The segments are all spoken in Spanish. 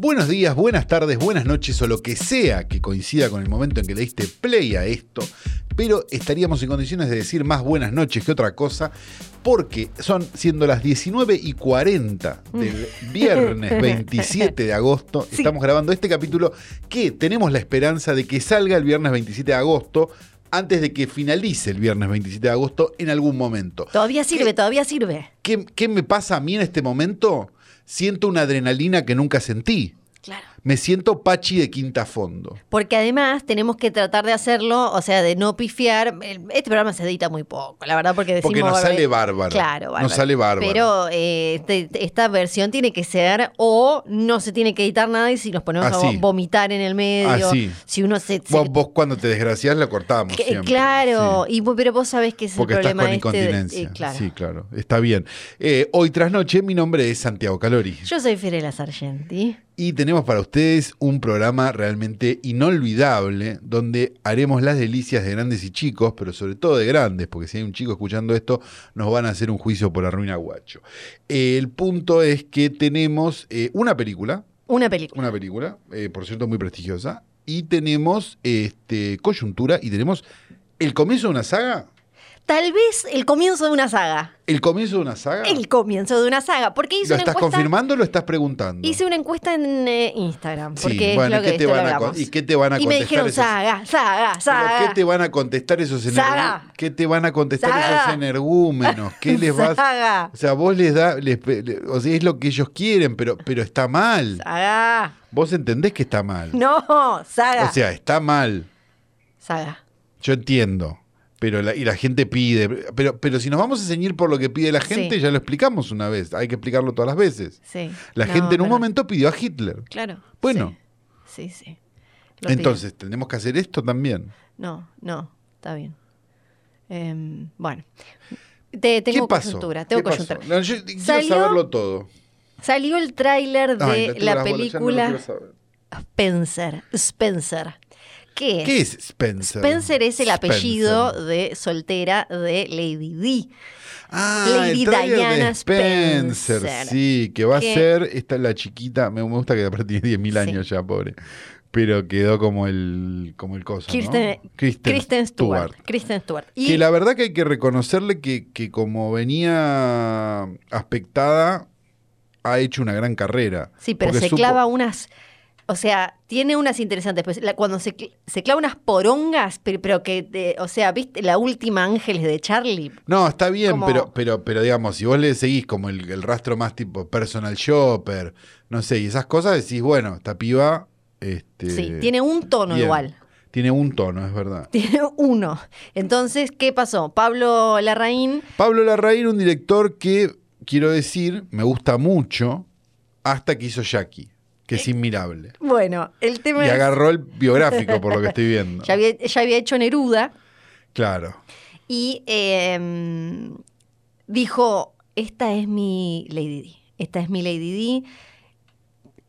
Buenos días, buenas tardes, buenas noches o lo que sea que coincida con el momento en que le diste play a esto, pero estaríamos en condiciones de decir más buenas noches que otra cosa, porque son siendo las 19 y 40 del viernes 27 de agosto, Sí. estamos grabando este capítulo que tenemos la esperanza de que salga el viernes 27 de agosto antes de que finalice el viernes 27 de agosto en algún momento. Todavía sirve, todavía sirve. ¿Qué, qué me pasa a mí en este momento? Siento una adrenalina que nunca sentí. Claro. Me siento Pachi de quinta fondo. Porque además tenemos que tratar de hacerlo, o sea, de no pifiar. El- Este programa se edita muy poco, la verdad, porque decimos. Porque nos barbaridad. sale bárbaro. Claro, bárbaro. Nos sale bárbaro. Pero eh, este- esta versión tiene que ser, o no se tiene que editar nada, y si nos ponemos a Así. vo- vomitar en el medio, Así. si uno se. se- vos, vos cuando te desgraciás la cortamos. que- siempre. claro, Sí. y, vos- pero vos sabés que es Porque el estás problema con este. de- incontinencia. eh, claro. Sí, claro. Está bien. Eh, hoy tras noche, mi nombre es Santiago Calori. Yo soy Fiorella Sargenti. Y tenemos para ustedes un programa realmente inolvidable, donde haremos las delicias de grandes y chicos, pero sobre todo de grandes, porque si hay un chico escuchando esto, nos van a hacer un juicio por arruina guacho. Eh, el punto es que tenemos eh, una película, Una película. una película, eh, por cierto, muy prestigiosa, y tenemos este, coyuntura y tenemos el comienzo de una saga. Tal vez el comienzo de una saga. El comienzo de una saga. El comienzo de una saga. Porque Ah. hice ¿Lo una estás encuesta. confirmando o lo estás preguntando? Hice una encuesta en eh, Instagram, Sí, porque es bueno, lo ¿qué que te esto lo van a hablamos. con- y qué te van a Y me contestar dijeron, esos- saga, saga, ¿Pero saga. ¿Qué te van a contestar esos energúmenos? Saga. ¿Qué te van a contestar Saga. esos energúmenos? ¿Qué les vas? Saga, O sea, vos les da, les- le- o sea, es lo que ellos quieren, pero, pero está mal. saga. Vos entendés que está mal. No, saga. O sea, está mal. saga. Yo entiendo. Pero la, y la gente pide. Pero, pero si nos vamos a ceñir por lo que pide la gente, Sí. ya lo explicamos una vez. Hay que explicarlo todas las veces. Sí. La No, gente en un pero- momento pidió a Hitler. Claro. Bueno. Sí, sí. sí. Lo pido. Entonces, tenemos que hacer esto también. No, no, está bien. Em, bueno. Te, tengo ¿Qué pasó? coyuntura, tengo ¿Qué pasó? coyuntura. No, yo quiero Salió saberlo todo. Salió el tráiler de Ay, tengo la, las bolas, ya no lo película quiero saber. Spencer. Spencer. ¿Qué es? ¿Qué es Spencer? Spencer es el apellido Spencer. de soltera de Lady D. Ah, Lady el tráiler de Diana Spencer. Spencer. Sí, que va Que- a ser esta la chiquita. Me me gusta que aparte tiene 10.000 Sí. años ya, pobre. Pero quedó como el como el coso, ¿no? Kirsten, Kristen Kristen Stewart. Kristen Stewart. Y Que la verdad que hay que reconocerle que, que como venía aspectada, ha hecho una gran carrera. sí, pero Porque se supo- clava unas. O sea, tiene unas interesantes. pues, la- cuando se, cl- se clava unas porongas, pero, pero que. te- o sea, ¿viste? La última Ángeles de Charlie. No, está bien, como- pero, pero, pero digamos, si vos le seguís como el, el rastro más tipo personal shopper, no sé, y esas cosas, decís, bueno, esta piba. Este, sí, tiene un tono bien. igual. Tiene un tono, es verdad. Tiene uno. Entonces, ¿qué pasó? Pablo Larraín. Pablo Larraín, un director que, quiero decir, me gusta mucho, hasta que hizo Jackie, que ¿Eh? es inmirable. Bueno, el Y tema es- agarró el biográfico, por lo que estoy viendo. ya había- ya había hecho Neruda. Claro. Y eh, dijo, esta es mi Lady D, esta es mi Lady D.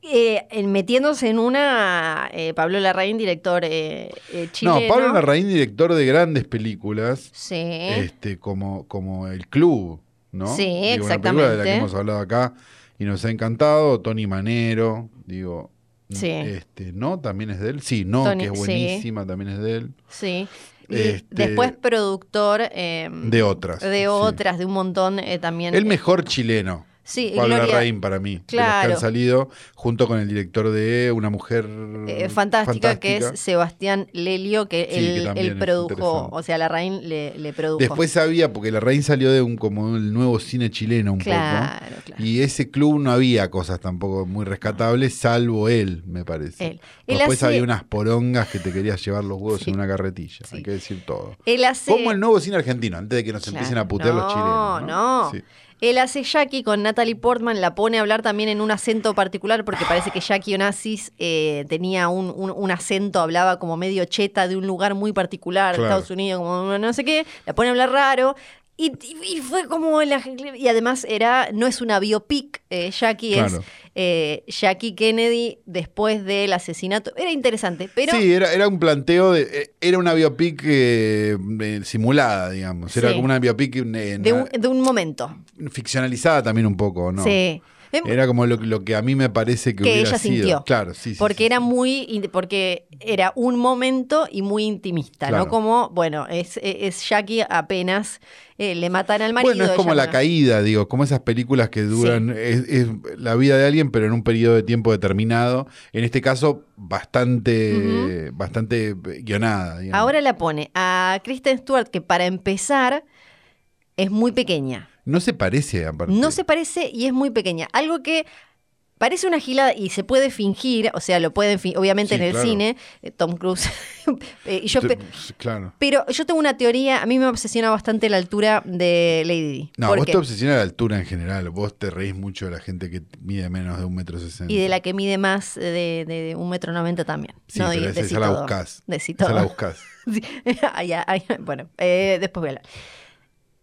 Eh, en- metiéndose en una, eh, Pablo Larraín, director eh, eh, chileno. No, Pablo Larraín, director de grandes películas, Sí. este, como, como El Club, ¿no? ¿Eh? Sí, Una película de la que exactamente. hemos hablado acá y nos ha encantado. Tony Manero, digo. Sí. Este, no, también es de él. Sí, no, Tony, que es sí. buenísima, también es de él. Sí. Y Este, después productor eh, De otras. de sí. otras, de un montón eh, también. El mejor chileno. Sí, Pablo Gloria- Larraín para mí. De los que Claro. han salido junto con el director de Una mujer eh, fantástica, que es Sebastián Lelio, que Sí, que él, también él es produjo, interesante. o sea, Larraín le, le produjo. Después sabía, porque Larraín salió de un como el nuevo cine chileno un poco. claro, claro. Y ese club no había cosas tampoco muy rescatables, salvo él, me parece. Él. Él Después hace- había unas porongas que te querías llevar los huevos Sí. en una carretilla, Sí. hay que decir todo. Él hace. Como el nuevo cine argentino, antes de que nos Claro. empiecen a putear los No, chilenos. No, no. Sí. Él hace Jackie con Natalie Portman, la pone a hablar también en un acento particular, porque parece que Jackie Onassis eh, tenía un, un- un acento, hablaba como medio cheta de un lugar muy particular, de Claro. Estados Unidos, como no sé qué, la pone a hablar raro. Y, y- y fue como la- y además era no es una biopic eh, Jackie Claro. es eh, Jackie Kennedy después del asesinato era interesante pero sí, era, era un planteo de. eh, Era una biopic eh, eh, simulada, digamos. Era Sí. como una biopic eh, de, na- un, de un momento ficcionalizada también un poco, ¿no? sí Em, Era como lo, lo que a mí me parece que, Que hubiera ella sido. sintió. Claro, sí, sí, porque sí, era sí. muy in- porque era un momento y muy intimista Claro. no como bueno es, es Jackie apenas eh, le matan al marido Bueno, es ella como la no- caída, digo, como esas películas que duran, es, es la vida de alguien, pero en un periodo de tiempo determinado. En este caso, bastante, bastante guionada. digamos. ahora la pone a Kristen Stewart que para empezar es muy pequeña no se parece, aparte. No se parece y es muy pequeña. Algo que parece una gilada y se puede fingir, o sea, lo pueden fingir, obviamente Sí, en el claro. cine, eh, Tom Cruise. eh, y yo Te- pe- Claro. pero yo tengo una teoría, a mí me obsesiona bastante la altura de Lady Di. No, ¿Por vos qué? te obsesionas la altura en general. Vos te reís mucho de la gente que mide menos de un metro sesenta. y de la que mide más eh, de, de, de un metro noventa también. Sí, no, pero Y esa, decí esa la todo. buscás. Decí Esa la todo. buscás. Sí. Ay, ay, bueno, eh, después voy a hablar.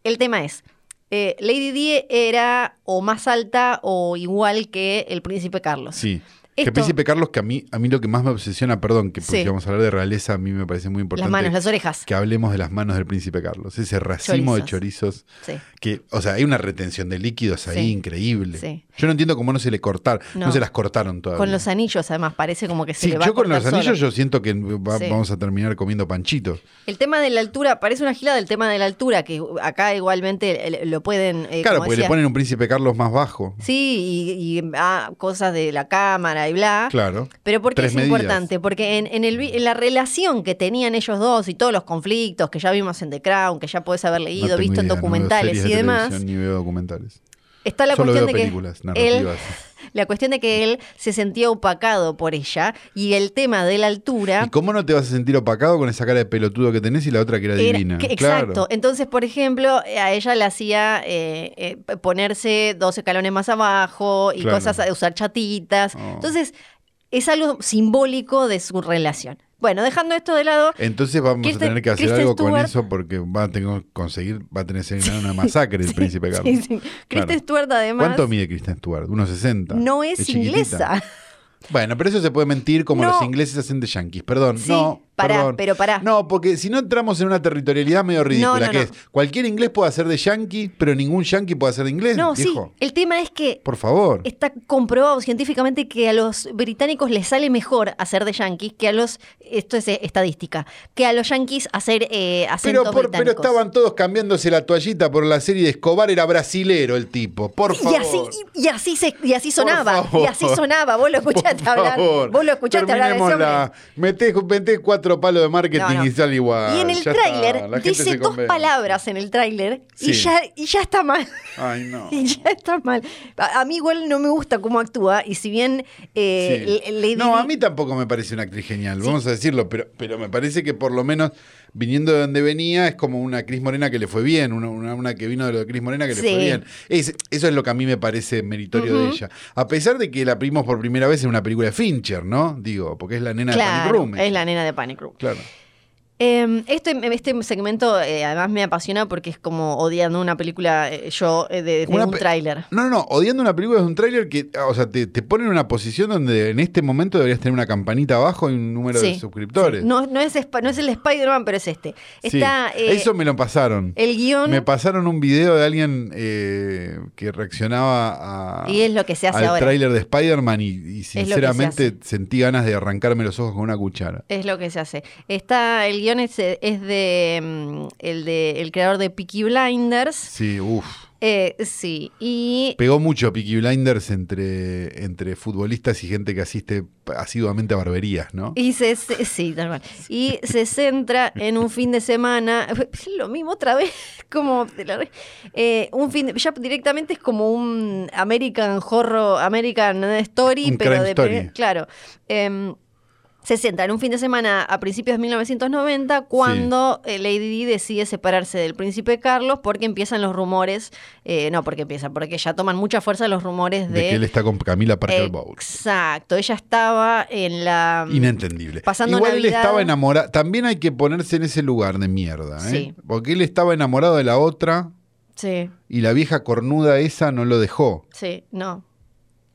El tema es, eh, Lady Di era o más alta o igual que el príncipe Carlos. Sí. Que Esto- Príncipe Carlos, que a mí, a mí lo que más me obsesiona, perdón, que Sí. porque vamos a hablar de realeza, a mí me parece muy importante. las manos, las orejas. que hablemos de las manos del príncipe Carlos, ese racimo de chorizos Sí. que, o sea, hay una retención de líquidos ahí Sí. increíble. Sí. Yo no entiendo cómo no se le cortaron, no, No. se las cortaron todavía. Con los anillos, además, parece como que se Sí, le va yo a con los cortar anillos solo. yo siento que va- Sí. vamos a terminar comiendo panchitos. El tema de la altura, parece una gilada el tema de la altura, que acá igualmente eh, lo pueden... eh, claro, como porque le decía, ponen un príncipe Carlos más bajo. Sí, y, y, ah, cosas de la cámara y bla. Claro. Pero ¿por qué Tres es medidas. importante? Porque en, en el vi- en la relación que tenían ellos dos y todos los conflictos que ya vimos en The Crown, que ya podés haber leído, No tengo visto en idea, no veo documentales series y de demás, televisión Ni veo documentales. está la Solo veo cuestión de que películas él narrativas. La cuestión de que él se sentía opacado por ella y el tema de la altura. ¿Y cómo no te vas a sentir opacado con esa cara de pelotudo que tenés y la otra que era, era- divina? que- Claro. Exacto. Entonces, por ejemplo, eh, a ella le hacía eh, eh, p- ponerse dos escalones más abajo y Claro. cosas, usar chatitas. Oh. Entonces, es algo simbólico de su relación. Bueno, dejando esto de lado, Entonces vamos Kirsten- a tener que hacer Kristen algo con Stewart- eso porque va a tener que conseguir, va a tener que ser una masacre el príncipe Carlos. sí, sí. Kristen Claro. Stewart, además, ¿Cuánto mide Kristen Stewart? ¿1,60? no es, chiquitita. inglesa. Bueno, pero eso se puede mentir como No. los ingleses hacen de yanquis. Perdón, Sí, no. pará, perdón. pero pará. No, porque si no entramos en una territorialidad medio ridícula, No, no, que no. es cualquier inglés puede hacer de yanqui, pero ningún yanqui puede hacer de inglés. No, sí. Este viejo. El tema es que Por favor. Está comprobado científicamente que a los británicos les sale mejor hacer de yanquis que a los, esto es eh, estadística, que a los yanquis hacer eh, Pero, acentos por- pero británicos. estaban todos cambiándose la toallita por la serie de Escobar, era brasilero el tipo. Por y favor. así, y, y así se, y así sonaba, favor. y así sonaba, vos lo escuchaste Por hablar, favor, vos lo escuchaste hablar de ese hombre. terminémosla. Metés, metés cuatro palos de marketing No, no. y sale igual. y en el Ah, Ya está, la tráiler gente se dice dos convence. palabras en el tráiler Sí. y ya, y ya está mal. Ay, no. Y ya está mal. A, a mí igual no me gusta cómo actúa, y si bien eh, Sí. le- Lady no, a Di- mí tampoco me parece una actriz genial, vamos a decirlo, pero, pero me parece que por lo menos viniendo de donde venía es como una Cris Morena que le fue bien, una, una, una que vino de lo de Cris Morena que le Sí. fue bien. Es- eso es lo que a mí me parece meritorio de ella. A pesar de que la primos por primera vez en una película de Fincher, ¿no? Digo, porque es la nena de Panic Claro, Room. es la nena de Panic Room. Claro. Eh, este, este segmento eh, además me apasiona porque es como odiando una película eh, yo eh, de, de Una un pe- tráiler. No, no, no, odiando una película es un tráiler que, o sea, te, te pone en una posición donde en este momento deberías tener una campanita abajo y un número de Sí, suscriptores. sí. No, no, es, Sp- no es el Spider-Man, pero es este. Sí, Está eh, Eso me lo pasaron. el guión Me pasaron un video de alguien eh, que reaccionaba a, y es lo que se hace al ahora. tráiler de Spider-Man y, y se sinceramente sentí ganas de arrancarme los ojos con una cuchara. Es lo que se hace. Está, el guión es, es de, mm, el de el creador de Peaky Blinders. Sí, uff. Eh, sí. Y Pegó mucho Peaky Blinders entre, entre futbolistas y gente que asiste asiduamente a barberías, ¿no? Y se, se- sí, tal cual. Y se centra en un fin de semana, lo mismo otra vez, como de la re- eh, un fin de- ya directamente es como un American Horror, American Story, Un pero crime de story. claro. Em, se centra en un fin de semana a principios de 1990 cuando eh, Lady Di decide separarse del príncipe Carlos porque empiezan los rumores, eh, no porque empiezan, porque ya toman mucha fuerza los rumores De, de... que él está con Camila Parker Bowles. Exacto, ella estaba en la... Inentendible. um, pasando Igual él Navidad- estaba enamorado. También hay que ponerse en ese lugar de mierda, ¿eh? Sí. Porque él estaba enamorado de la otra Sí, Y la vieja cornuda esa no lo dejó sí, no.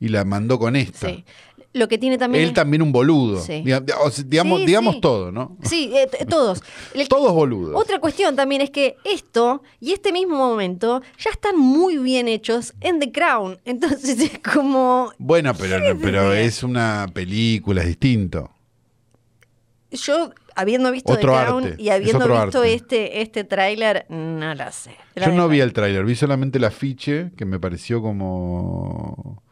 y la mandó con esta. Sí. Lo que tiene también. Él es- también un boludo. Sí. Diga- o sea, digamos Sí, digamos sí. todo, ¿no? Sí, eh, t- todos. El- Todos boludos. Otra cuestión también es que esto y este mismo momento ya están muy bien hechos en The Crown. Entonces es como. Bueno, pero, no- pero es una película, es distinto. Yo, habiendo visto Otro The Crown arte, y habiendo es otro visto arte. este, este tráiler, no lo sé. La Yo no verdad. vi el tráiler, vi solamente el afiche que me pareció como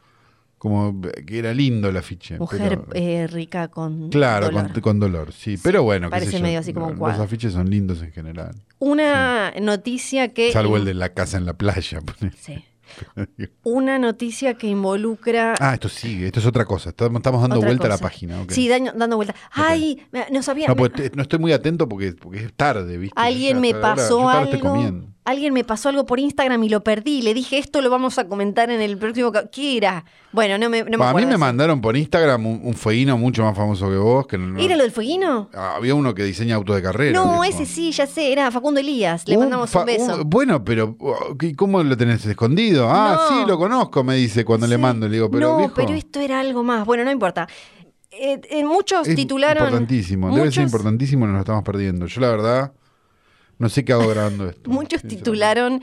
como que era lindo el afiche. Mujer pero- eh, rica con. claro, dolor. Con, con dolor, sí. Pero bueno, qué parece sé yo, medio así como un Los cuadro. Eh, afiches son lindos en general, Una noticia que. salvo el de la casa en la playa. pone. Sí. Una noticia que involucra. ah, esto sigue, esto es otra cosa. Estamos, estamos dando otra vuelta a la cosa. página. ok. Sí, daño- dando vuelta. Ay, me- no sabía. no, me- pues, te- no estoy muy atento porque, porque es tarde, ¿viste? Alguien me Yo ya hasta "Ah, ahora- yo pasó hasta ahora estoy algo. comiendo. Alguien me pasó algo por Instagram y lo perdí. Le dije, esto lo vamos a comentar en el próximo. ca- ¿Qué era? Bueno, no me, no me a mí acuerdo. me mandaron por Instagram un, un fueguino mucho más famoso que vos. Que no- Ah, ¿Era lo del fueguino? Había uno que diseña autos de carrera. No, viejo. ese sí, ya sé, era Facundo Elías. Le Un mandamos Uh, fa- un beso. un- bueno, pero uh, ¿y ¿cómo lo tenés escondido? Ah, No. sí, lo conozco, me dice cuando le Sí. mando. Le digo, pero no, viejo, pero esto era algo más. Bueno, no importa. Eh, eh, muchos es titularon. importantísimo. Debe ser muchos- importantísimo, nos lo estamos perdiendo. Yo la verdad, no sé qué hago grabando esto. Muchos sinceramente. titularon.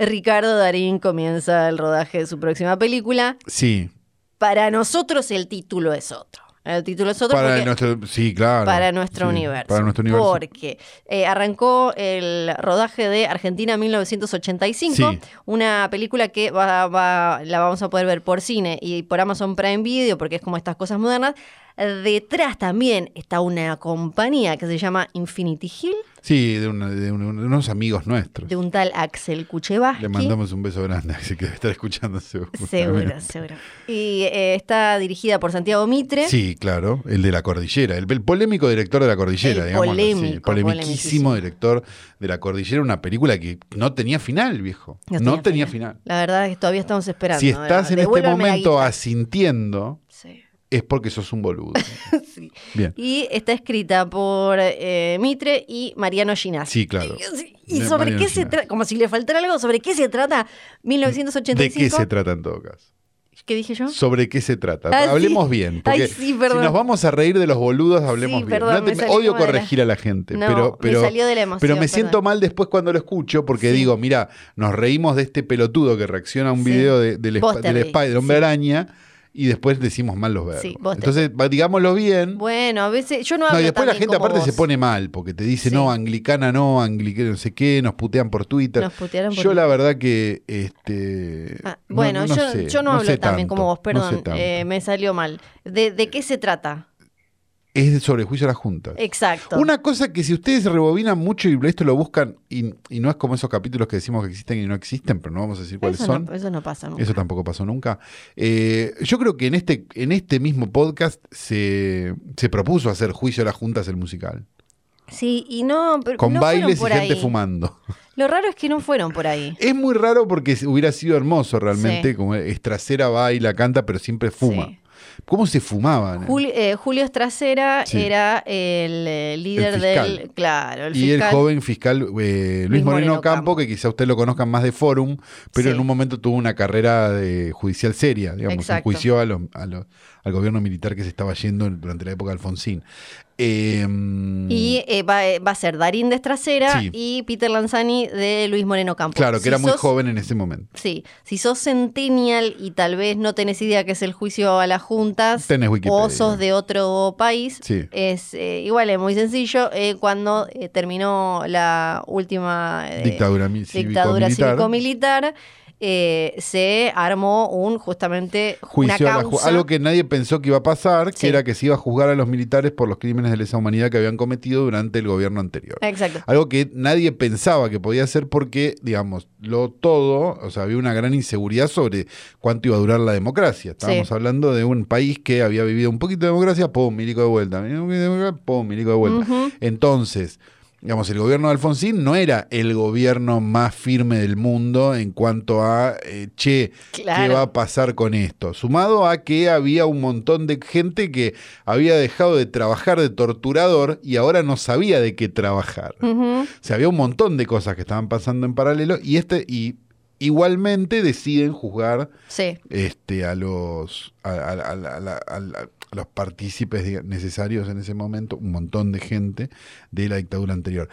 Ricardo Darín comienza el rodaje de su próxima película. Sí, Para nosotros el título es otro. El título es otro para porque- nuestro, sí, claro. para nuestro Sí, universo. Para nuestro universo. Porque eh, arrancó el rodaje de Argentina 1985, Sí. una película que va- va- la vamos a poder ver por cine y por Amazon Prime Video, porque es como estas cosas modernas. Detrás también está una compañía que se llama Infinity Hill, Sí, de, una- de un- de unos amigos nuestros. de un tal Axel Kuchevaski. Le mandamos un beso grande, así que debe estar escuchando seguro. Seguro, seguro. Y eh, está dirigida por Santiago Mitre. Sí, claro, el de la cordillera, el, el polémico director de la cordillera, El digamos. polémico, polemiquísimo. polemiquísimo director de la cordillera, una película que no tenía final, viejo. No, tenía final. La verdad es que todavía estamos esperando. Si estás en este Devuélvame la momento guita. asintiendo, Sí. es porque sos un boludo. Sí. Bien. Y está escrita por eh, Mitre y Mariano Ginás. Sí, claro. ¿Y De sobre Mariano qué se Ginás. trata? Como si le faltara algo, ¿sobre qué se trata ¿De 1985? qué se Este, trata en todo caso? ¿Qué dije yo? ¿Sobre qué se trata? Ah, sí. hablemos bien. Porque Ay, sí, si perdón. nos vamos a reír de los boludos, hablemos Sí, bien. perdón, No te- me salió odio como de la- corregir a la gente, No, pero, me pero, salió de la emoción, pero me perdón. siento mal después cuando lo escucho porque Sí. digo, mira, nos reímos de este pelotudo que reacciona a un Sí. video de- del, Vos espa- te del reís, Spider, hombre sí. araña, y después decimos mal los verbos. Sí, vos te- Entonces, va- digámoslo bien. Bueno, a veces yo no hablo No, y después tan la bien gente como aparte se vos. pone mal, porque te dice, Sí. no, anglicana no, anglicana no sé qué, nos putean por Twitter. Nos putearon por yo la Twitter. verdad que, este... Ah, no- bueno, no yo, sé, yo no, hablo sé tan bien tanto, como vos, no sé perdón, tanto. eh, me salió mal. ¿De, de qué se trata? es sobre el juicio a las juntas. Exacto. Una cosa que si ustedes rebobinan mucho y esto lo buscan, y, y no es como esos capítulos que decimos que existen y no existen, pero no vamos a decir cuáles eso, son. No, eso no pasa nunca. Eso tampoco pasó nunca. Eh, yo creo que en este, en este mismo podcast se, se propuso hacer juicio a las juntas el musical. Sí, y no, pero Con no fueron bailes y por gente ahí. fumando. Lo raro es que no fueron por ahí. Es muy raro porque hubiera sido hermoso realmente, Sí. como Estracera baila, canta, pero siempre fuma. Sí. ¿Cómo se fumaban? eh? Juli- eh, Julio Estracera Sí. era el eh, líder El fiscal. del. Claro, el y el fiscal. joven fiscal eh, Luis, Luis Moreno, Moreno Campo, Campo. que quizá usted lo conozcan más de Fórum, pero Sí. en un momento tuvo una carrera de judicial seria, digamos, Exacto. enjuició a los- a los- al gobierno militar que se estaba yendo en- durante la época de Alfonsín. Eh, Y eh, va, eh, va a ser Darín de Estracera Sí. y Peter Lanzani de Luis Moreno Campos. claro, que Si era muy sos- joven en ese momento. Sí, si sos centennial y tal vez no tenés idea que es el juicio a las juntas Tenés Wikipedia. o sos de otro país, Sí. es eh, igual, es muy sencillo. eh, cuando eh, terminó la última eh, Dictadura mi- dictadura cívico-militar. cívico-militar, eh, se armó un justamente Juicio a una la ju- causa. algo que nadie pensó que iba a pasar, Sí. que era que se iba a juzgar a los militares por los crímenes de lesa humanidad que habían cometido durante el gobierno anterior. Exacto. Algo que nadie pensaba que podía hacer porque, digamos, lo todo, o sea, había una gran inseguridad sobre cuánto iba a durar la democracia. Estábamos Sí. hablando de un país que había vivido un poquito de democracia, pum, milico de vuelta, pum, milico de vuelta. Ujú. Entonces, digamos, el gobierno de Alfonsín no era el gobierno más firme del mundo en cuanto a, eh, che, Claro. ¿qué va a pasar con esto? Sumado a que había un montón de gente que había dejado de trabajar de torturador y ahora no sabía de qué trabajar. Ujú. O sea, había un montón de cosas que estaban pasando en paralelo y este y igualmente deciden juzgar Sí. este, a los a, a- a- a- a- a- a los partícipes diga- necesarios en ese momento, un montón de gente de la dictadura anterior.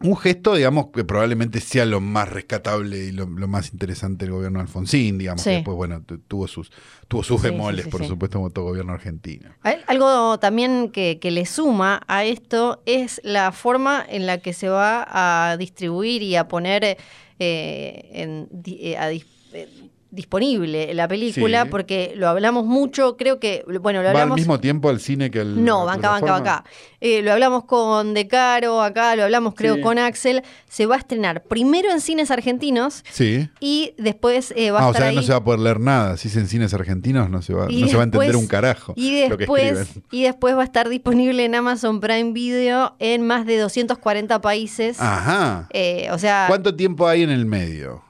Un gesto, digamos, que probablemente sea lo más rescatable y lo, lo más interesante del gobierno de Alfonsín, digamos, Sí. que después, bueno, tu- tuvo sus, tuvo sus Sí, sí, bemoles, sí, por sí. supuesto, como todo gobierno argentino. A- Algo también que, que le suma a esto es la forma en la que se va a distribuir y a poner eh, en di- eh, a dis- eh, disponible la película, Sí. porque lo hablamos mucho, creo que, bueno, lo ¿Va al hablamos... mismo tiempo al cine que al No, banca, banca, banca. Eh, lo hablamos con De Caro, acá lo hablamos creo Sí. con Axel. Se va a estrenar primero en cines argentinos Sí. y después eh, va ah, a o estar sea que no ahí. se va a poder leer nada. Si es en cines argentinos, no se va, Y no se va a entender después- un carajo Y lo que después, escriben. y después va a estar disponible en Amazon Prime Video en más de 240 países. Ah. Ajá. Eh, o sea, ¿Cuánto tiempo hay en el medio?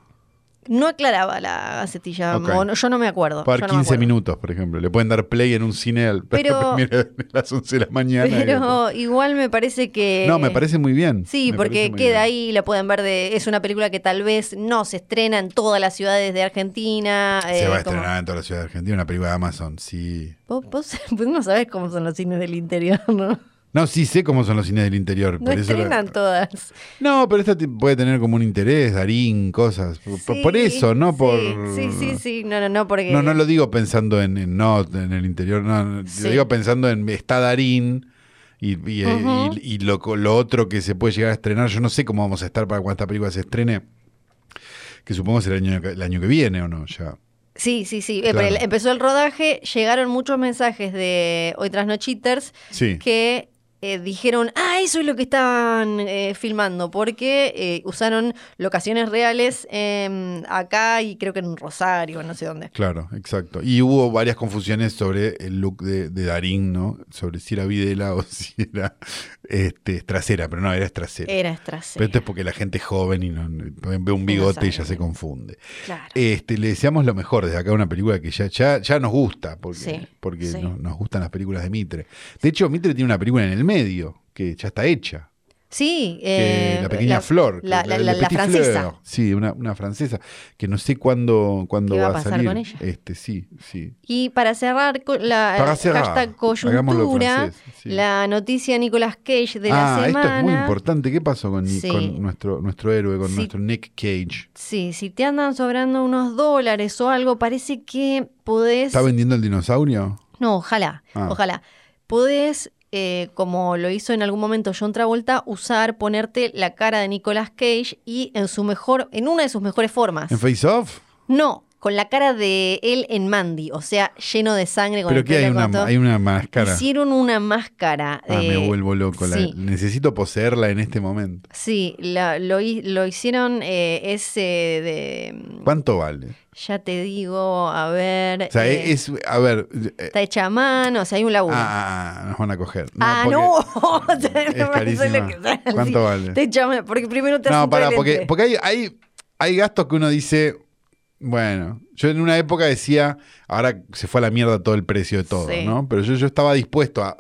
no aclaraba la gacetilla. Ok. o no- yo no me acuerdo. Para yo no me 15 acuerdo. minutos, por ejemplo. Le pueden dar play en un cine al Pero- mira, a las 11 de la mañana. y después- Pero igual me parece que. no, me parece muy bien. Sí, Me parece porque muy queda bien. ahí, la pueden ver de. Es una película que tal vez no se estrena en todas las ciudades de Argentina. se eh, va a como- estrenar en toda la ciudad de Argentina una película de Amazon, sí. Vos, vos- vos no sabés cómo son los cines del interior, ¿no? No, sí sé cómo son los cines del interior. No por eso la- estrenan todas. No, pero esta te- puede tener como un interés, Darín, cosas. Por, Sí, por eso, no sí, por... Sí, sí, sí. No, no, no, porque. No, no lo digo pensando en, en no, en el interior, no, no, Eh, Sí. lo digo pensando en está Darín y, y, eh, Ujú. y- y lo, co- lo otro que se puede llegar a estrenar. Yo no sé cómo vamos a estar para cuando esta película se estrene, que supongo será el año, que- el año que viene o no, ya. Sí, sí, sí. Eh, pero Claro. el- empezó el rodaje, llegaron muchos mensajes de Hoy Tras No Cheaters Sí. que eh, dijeron, ah, eso es lo que estaban eh, filmando, porque eh, usaron locaciones reales em, acá y creo que en Rosario, no sé dónde. Claro, exacto. Y hubo varias confusiones sobre el look de, de Darín, ¿no? Sobre si era Videla o si era este, trasera, pero no, era trasera. Era Strasse. Pero esto es porque la gente es joven y no, ve un bigote y ya sabe. se confunde. Claro. Este, le deseamos lo mejor desde acá a una película que ya, ya, ya nos gusta, porque, Sí, porque sí. no- nos gustan las películas de Mitre. De hecho, Mitre tiene una película en el medio que ya está hecha. sí. que eh, la pequeña flor. que La, la- la- Le la Petit francesa. Fleur. Sí, una, una francesa. Que no sé cuándo, cuándo ¿Qué va va a a, pasar salir. con ella? Este, sí, sí. Y para cerrar con la Para el cerrar, hashtag hagámoslo coyuntura, francés, sí. la noticia Nicolas Cage de ah, la semana. esto es muy importante. ¿Qué pasó con, Ni- Sí. con nuestro, nuestro héroe, con Sí. nuestro Nick Cage? Sí, si te andan sobrando unos dólares o algo, parece que podés. ¿Está vendiendo el dinosaurio? No, ojalá, Ah. ojalá. Podés, eh, como lo hizo en algún momento John Travolta, usar, ponerte la cara de Nicolas Cage y en su mejor, en una de sus mejores formas. ¿En Face Off? No, con la cara de él en Mandy, o sea, lleno de sangre con ¿Pero el qué pelo hay con una, todo. hay una máscara? Hicieron una máscara. Ah, me eh, vuelvo loco. la- sí. necesito poseerla en este momento. Sí, la- lo, hi- lo hicieron eh, ese de. mm, ¿Cuánto vale? Ya te digo, a ver. O sea, eh, es, a ver, eh, Está hecha a mano, o sea, hay un laburo. Ah, ah, ah, nos van a coger. no, porque- O sea, es no me hace carísima. lo que- ¿Cuánto sí, vale? Está hecha a mano, porque primero te hacen No, todo el pará, porque, lente. porque hay, hay, hay gastos que uno dice, bueno, yo en una época decía, ahora se fue a la mierda todo el precio de todo, Sí. ¿no? Pero yo, yo estaba dispuesto a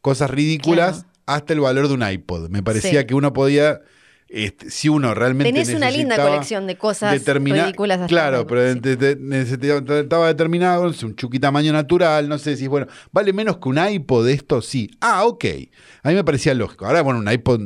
cosas ridículas Claro. hasta el valor de un iPod. Me parecía Sí. que uno podía, este, si uno realmente Tenés una linda necesitaba colección de cosas determina- ridículas. hasta Claro, ahora, pero sí. de- de- necesitaba estaba determinado, no sé, un chuqui tamaño natural, no sé, decís, bueno, ¿vale menos que un iPod de esto? Sí. Ah, ok. A mí me parecía lógico. Ahora, bueno, un iPod,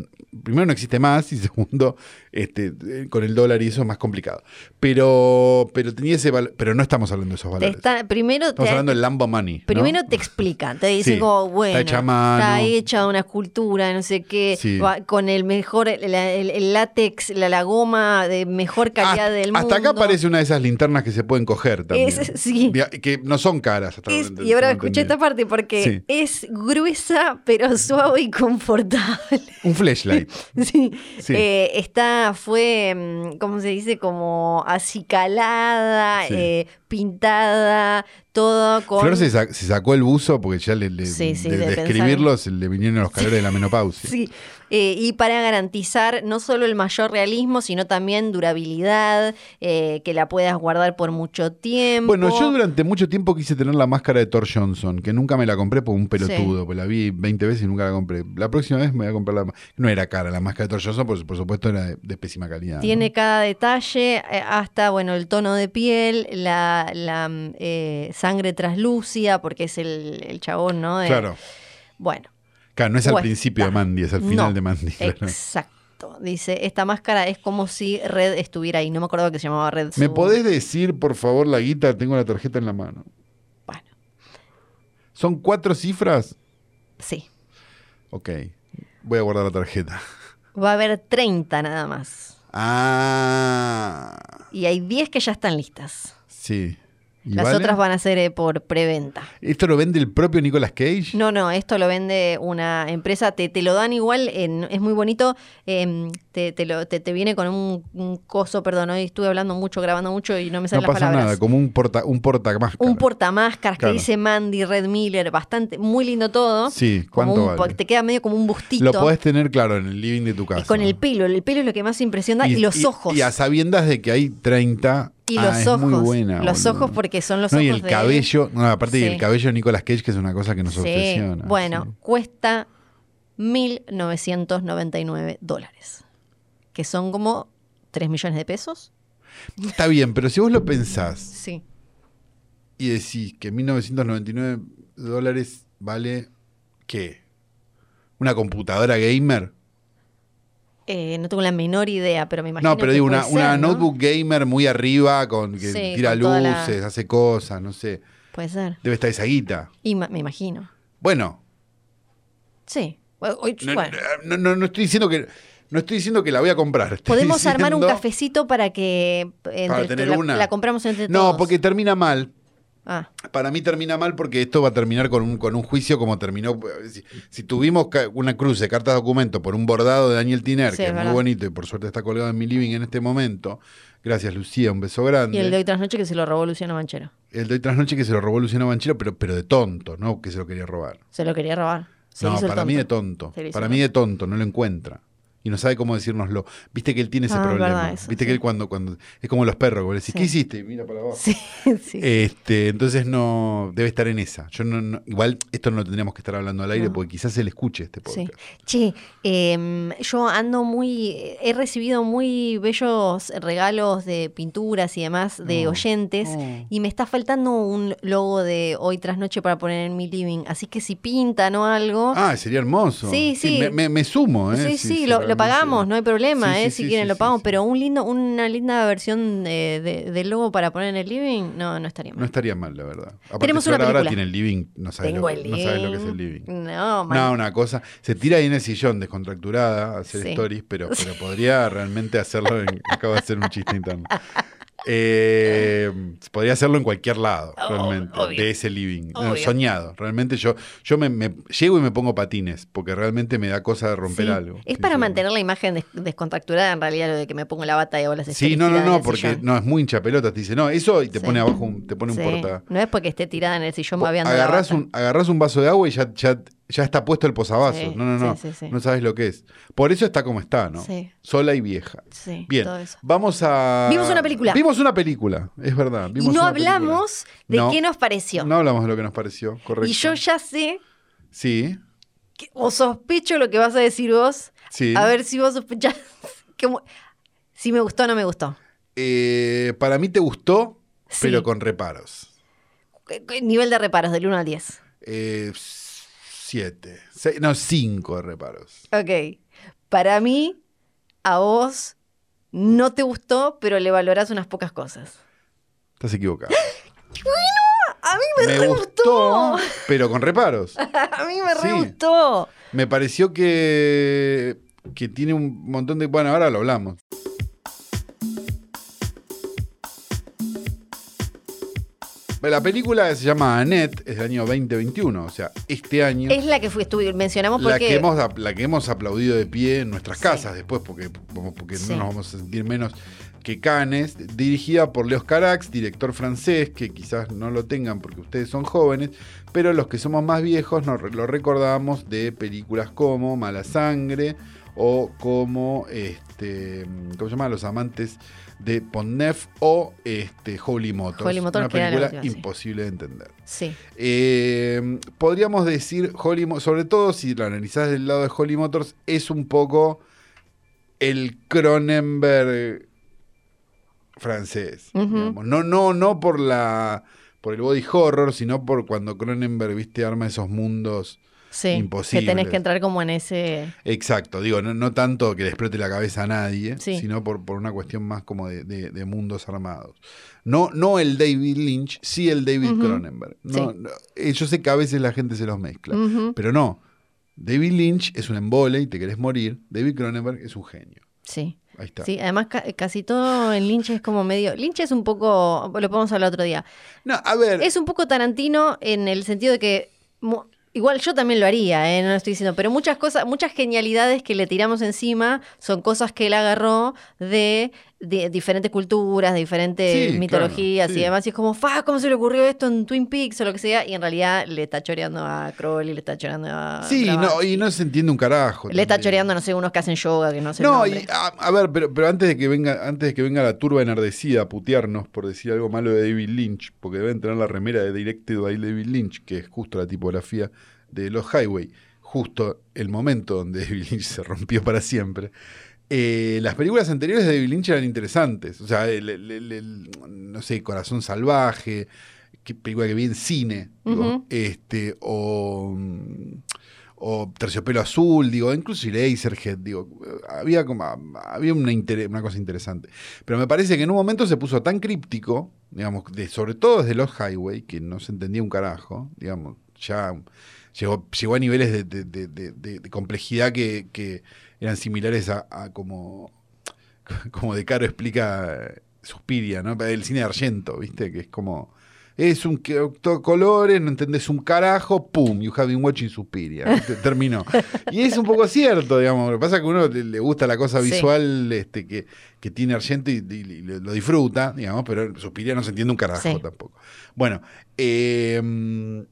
primero no existe más y segundo, este, eh, con el dólar y eso es más complicado. Pero, pero tenía ese valor, pero no estamos hablando de esos Te valores. está- primero estamos te, hablando del Lambo Money. ¿no? primero te explican, te dicen Sí, como, está bueno, hecha a mano. está hecha una escultura, no sé qué, Sí. va- con el mejor, el, el- el látex, la, la goma de mejor calidad hasta, del mundo. hasta acá aparece una de esas linternas que se pueden coger también. Es- sí. Via- Que no son caras. Hasta Es- donde- y ahora tengo escuché esta entendido. parte porque Sí. es gruesa pero suave y confortable. Un flashlight. Sí. Sí. Eh, esta fue, mm, ¿cómo se dice? Como acicalada, Sí. eh, pintada, todo con... Flor se, sa- se sacó el buzo porque ya le, le- Sí, sí, de, de de pensar escribirlo se le vinieron los calores de la menopausia. Sí, eh, y para garantizar no solo el mayor realismo, sino también durabilidad, eh, que la puedas guardar por mucho tiempo. Bueno, yo durante mucho tiempo quise tener la máscara de Thor Johnson, que nunca me la compré por un pelotudo, pues la vi 20 veces y nunca la compré. La próxima vez me voy a comprar la ma- No era cara la máscara de Thor Johnson, por, por supuesto era de, de pésima calidad. ¿no? Tiene cada detalle, eh, hasta bueno, el tono de piel, la, la, mm, eh, sangre traslúcida, porque es el, el chabón, ¿no? Eh, Claro. Bueno. Claro, no es al Cuesta. principio de Mandy, es al final No, de Mandy. claro. Exacto. Dice, esta máscara es como si Red estuviera ahí. No me acuerdo que se llamaba Red. ¿Me su- podés decir, por favor, la guita? Tengo la tarjeta en la mano. Bueno, ¿Son cuatro cifras? sí. Ok. Voy a guardar la tarjeta. Va a haber 30 nada más. Ah. Y hay 10 que ya están listas. Sí. ¿Y Las vale? otras van a ser eh, por preventa. ¿Esto lo vende el propio Nicolas Cage? No, no, esto lo vende una empresa, te, te lo dan igual, en- es muy bonito, em, te, te lo- te- te viene con un, un coso, perdón, hoy estuve hablando mucho, grabando mucho y no me No salen las pasa palabras. nada, como un porta, un portamáscara. un portamáscaras Claro. que dice Mandy, Red Miller, bastante, muy lindo todo. Sí, Como ¿cuánto un vale? po- Te queda medio como un bustito. Lo podés tener, claro, en el living de tu Y casa. con el pelo, el pelo es lo que más impresiona y, los ojos. Y a sabiendas de que hay 30. Y Ah, los es ojos. muy buena, los boludo. ojos porque son los no, ojos y el de- cabello, no, aparte y el Sí. cabello de Nicolas Cage, que es una cosa que nos Sí. obsesiona. Bueno, sí. cuesta 1.999 dólares, que son como 3 millones de pesos. Está bien, pero si vos lo pensás Sí. y decís que 1999 dólares vale, ¿qué? ¿Una computadora gamer? Eh, no tengo la menor idea, pero me imagino. No, pero que digo, una, puede una ser, ¿no? notebook gamer muy arriba, con que Sí, tira con toda la- luces, hace cosas, no sé. Puede ser. Debe estar esa guita. Y ma- me imagino. Bueno, Sí. Bueno, hoy- no, bueno. no- no- no estoy diciendo que no estoy diciendo que la voy a comprar. estoy Podemos armar un diciendo- cafecito para que eh, entre Para to- tener la, una. la compramos entre todos. No, porque termina mal. Ah, Para mí termina mal porque esto va a terminar con un, con un juicio como terminó. Si, si tuvimos ca- una cruz de cartas de documento por un bordado de Daniel Tiner, Sí, que es es muy verdad. bonito y por suerte está colgado en mi living en este momento. Gracias, Lucía, un beso grande. y el de hoy tras noche que se lo robó Luciano Manchero. El de hoy tras noche que se lo robó Luciano Banchero, pero, pero de tonto, ¿no? Que se lo quería robar. Se lo quería robar. Se no, hizo el para mí de tonto. tonto. Se le hizo Para el mí de tonto, no lo encuentra. Y no sabe cómo decírnoslo. Viste que él tiene ese Ah, es problema. verdad eso, Viste sí. que él cuando, cuando. Es como los perros, que vos le decís, Sí. ¿qué hiciste? Y Mira para abajo. Sí, sí. Este, entonces no debe estar en esa. Yo no, no- igual esto no lo tendríamos que estar hablando al aire No. porque quizás él escuche este podcast. Sí. Che, em, yo ando muy. He recibido muy bellos regalos de pinturas y demás de No, oyentes. no. Y me está faltando un logo de hoy tras noche para poner en mi living. Así que si pintan o algo. Ah, sería hermoso. Sí, sí. me, me- me sumo, ¿eh? sí, sí, sí, lo, lo realmente. pagamos, no hay problema, Sí, ¿eh? sí, si sí, quieren sí, lo sí, pagamos, sí. pero un lindo, una linda versión eh, de- del logo para poner en el living, no, no estaría mal. No estaría mal, la verdad. Aparte, Tenemos una Flor ahora película. tiene el living, no sabes, Tengo lo, el no sabes lo que es el living. living. No, man. No, una cosa. Se tira ahí en el sillón descontracturada a hacer Sí. stories, pero, pero podría realmente hacerlo. en- acabo de hacer un chiste interno. Eh, podría hacerlo en cualquier lado, Oh, realmente, obvio. de ese living. No, Obvio. soñado. Realmente yo, yo me, me llego y me pongo patines, porque realmente me da cosa de romper Sí, algo. Es para sinceramente. mantener la imagen des- descontracturada, en realidad, lo de que me pongo la bata y hago las Sí, stories no, no, tirada en no, el porque sillón. no es muy hincha pelotas. Te dice, no, eso y te Sí. pone abajo, un- te pone Sí, un porta. No es porque esté tirada en el sillón babeando. la agarrás bata. un, agarrás un vaso de agua y ya, ya, ya está puesto el posavasos. Sí, no, no, no. sí, sí, sí. No sabes lo que es. Por eso está como está, ¿no? Sí. Sola y vieja. Sí, Bien. todo eso. Vimos a. Vimos una película. Vimos una película, es verdad. Y vimos no una película. hablamos de No, qué nos pareció. No hablamos de lo que nos pareció, correcto. y yo ya sé, Sí, que- o sospecho lo que vas a decir vos, sí. a ver si vos sospechás que mu- si me gustó o no me gustó. Eh, para mí te gustó, Sí. pero con reparos. ¿Qué- qué Nivel de reparos del 1 al 10. Eh, siete. Seis- no, cinco reparos. Ok. Para mí, a vos no te gustó, pero le valorás unas pocas cosas. Estás equivocado. A mí me, re gustó. pero con reparos. A mí me Sí. re gustó. Me pareció que, que tiene un montón de... Bueno, ahora lo hablamos. La película se llama Annette, es del año 2021, o sea, este año. Es la que fui, estuve- mencionamos la, porque. que hemos, apl- la que hemos aplaudido de pie en nuestras Sí. casas después, porque, como- porque Sí. no nos vamos a sentir menos que Canes, dirigida por Leos Carax, director francés, que quizás no lo tengan porque ustedes son jóvenes, pero los que somos más viejos nos re- lo recordamos de películas como Mala Sangre o como este, ¿cómo se llama? Los amantes de Ponnef o este, Holy Motors, Holy Motors, una que era la película última, sí. imposible de entender. Sí. Eh, podríamos decir, Holly, Mo- sobre todo si lo analizás del lado de Holly Motors, es un poco el Cronenberg francés. Ujú. digamos. No, no, no por la por el body horror, sino por cuando Cronenberg viste arma esos mundos. Sí. Imposible. Que tenés que entrar como en ese. Exacto, digo, no, no tanto que le explote la cabeza a nadie, Sí. sino por, por una cuestión más como de, de- de mundos armados. No, no el David Lynch, sí el David Ujú. Cronenberg. No, Sí. no, eh, yo sé que a veces la gente se los mezcla. Ujú. Pero no, David Lynch es un embole y te querés morir. David Cronenberg es un genio. Sí. Ahí está. Sí, además ca- casi todo en Lynch es como medio. Lynch es un poco. Lo podemos hablar otro día. No, a ver, Es un poco Tarantino en el sentido de que. mu- Igual yo también lo haría, ¿eh? no lo estoy diciendo, pero muchas cosas, muchas genialidades que le tiramos encima son cosas que él agarró de, de diferentes culturas, de diferentes Sí, mitologías claro, sí. y demás. Y es como, ¡fa! ¿Cómo se le ocurrió esto en Twin Peaks o lo que sea? Y en realidad le está choreando a Crowley, le está choreando a. sí, no, Blavatsky. y no se entiende un carajo. Le está también. choreando, no sé, unos que hacen yoga, que no sé. el No, nombre. y, a, a ver, pero, pero antes de que venga, antes de que venga la turba enardecida a putearnos por decir algo malo de David Lynch, porque deben tener la remera de Directed by David Lynch, que es justo la tipografía de los Highway, justo el momento donde David Lynch se rompió para siempre. Eh, las películas anteriores de David Lynch eran interesantes. O sea, el, el- el- el, no sé, Corazón Salvaje, que película que vi en cine, digo, Ujú. este, o, mm, o Terciopelo Azul, digo, incluso Eraserhead, digo, había como había una, inter- una cosa interesante. Pero me parece que en un momento se puso tan críptico, digamos, de, sobre todo desde los Highway, que no se entendía un carajo, digamos, ya llegó, llegó a niveles de, de- de- de- de- de complejidad que, que eran similares a, a como, como De Caro explica eh, Suspiria, ¿no? El cine de Argento, ¿viste? Que es como. Es un que- to- colores, no entendés un carajo, pum, you have been watching Suspiria. ¿viste? Terminó. Y es un poco cierto, digamos. Lo que pasa es que a uno le, le gusta la cosa Sí. visual este, que, que tiene Argento y, y- y lo disfruta, digamos, pero Suspiria no se entiende un carajo Sí. tampoco. Bueno, eh.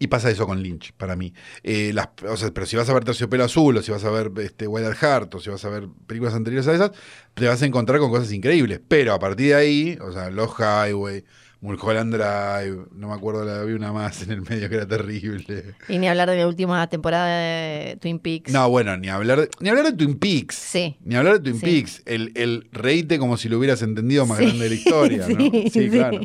Y pasa eso con Lynch, para mí. Eh, las, o sea, pero si vas a ver Terciopelo Azul, o si vas a ver este, Wild at Heart, o si vas a ver películas anteriores a esas, te vas a encontrar con cosas increíbles. Pero a partir de ahí, o sea, Los Highway, Mulholland Drive, no me acuerdo, la vi una más en el medio que era terrible. Y ni hablar de la última temporada de Twin Peaks. No, bueno, ni hablar de, ni hablar de Twin Peaks. Sí. Ni hablar de Twin Sí. Peaks. El, el reíte como si lo hubieras entendido más Sí, grande de la historia, ¿no? sí, sí. claro.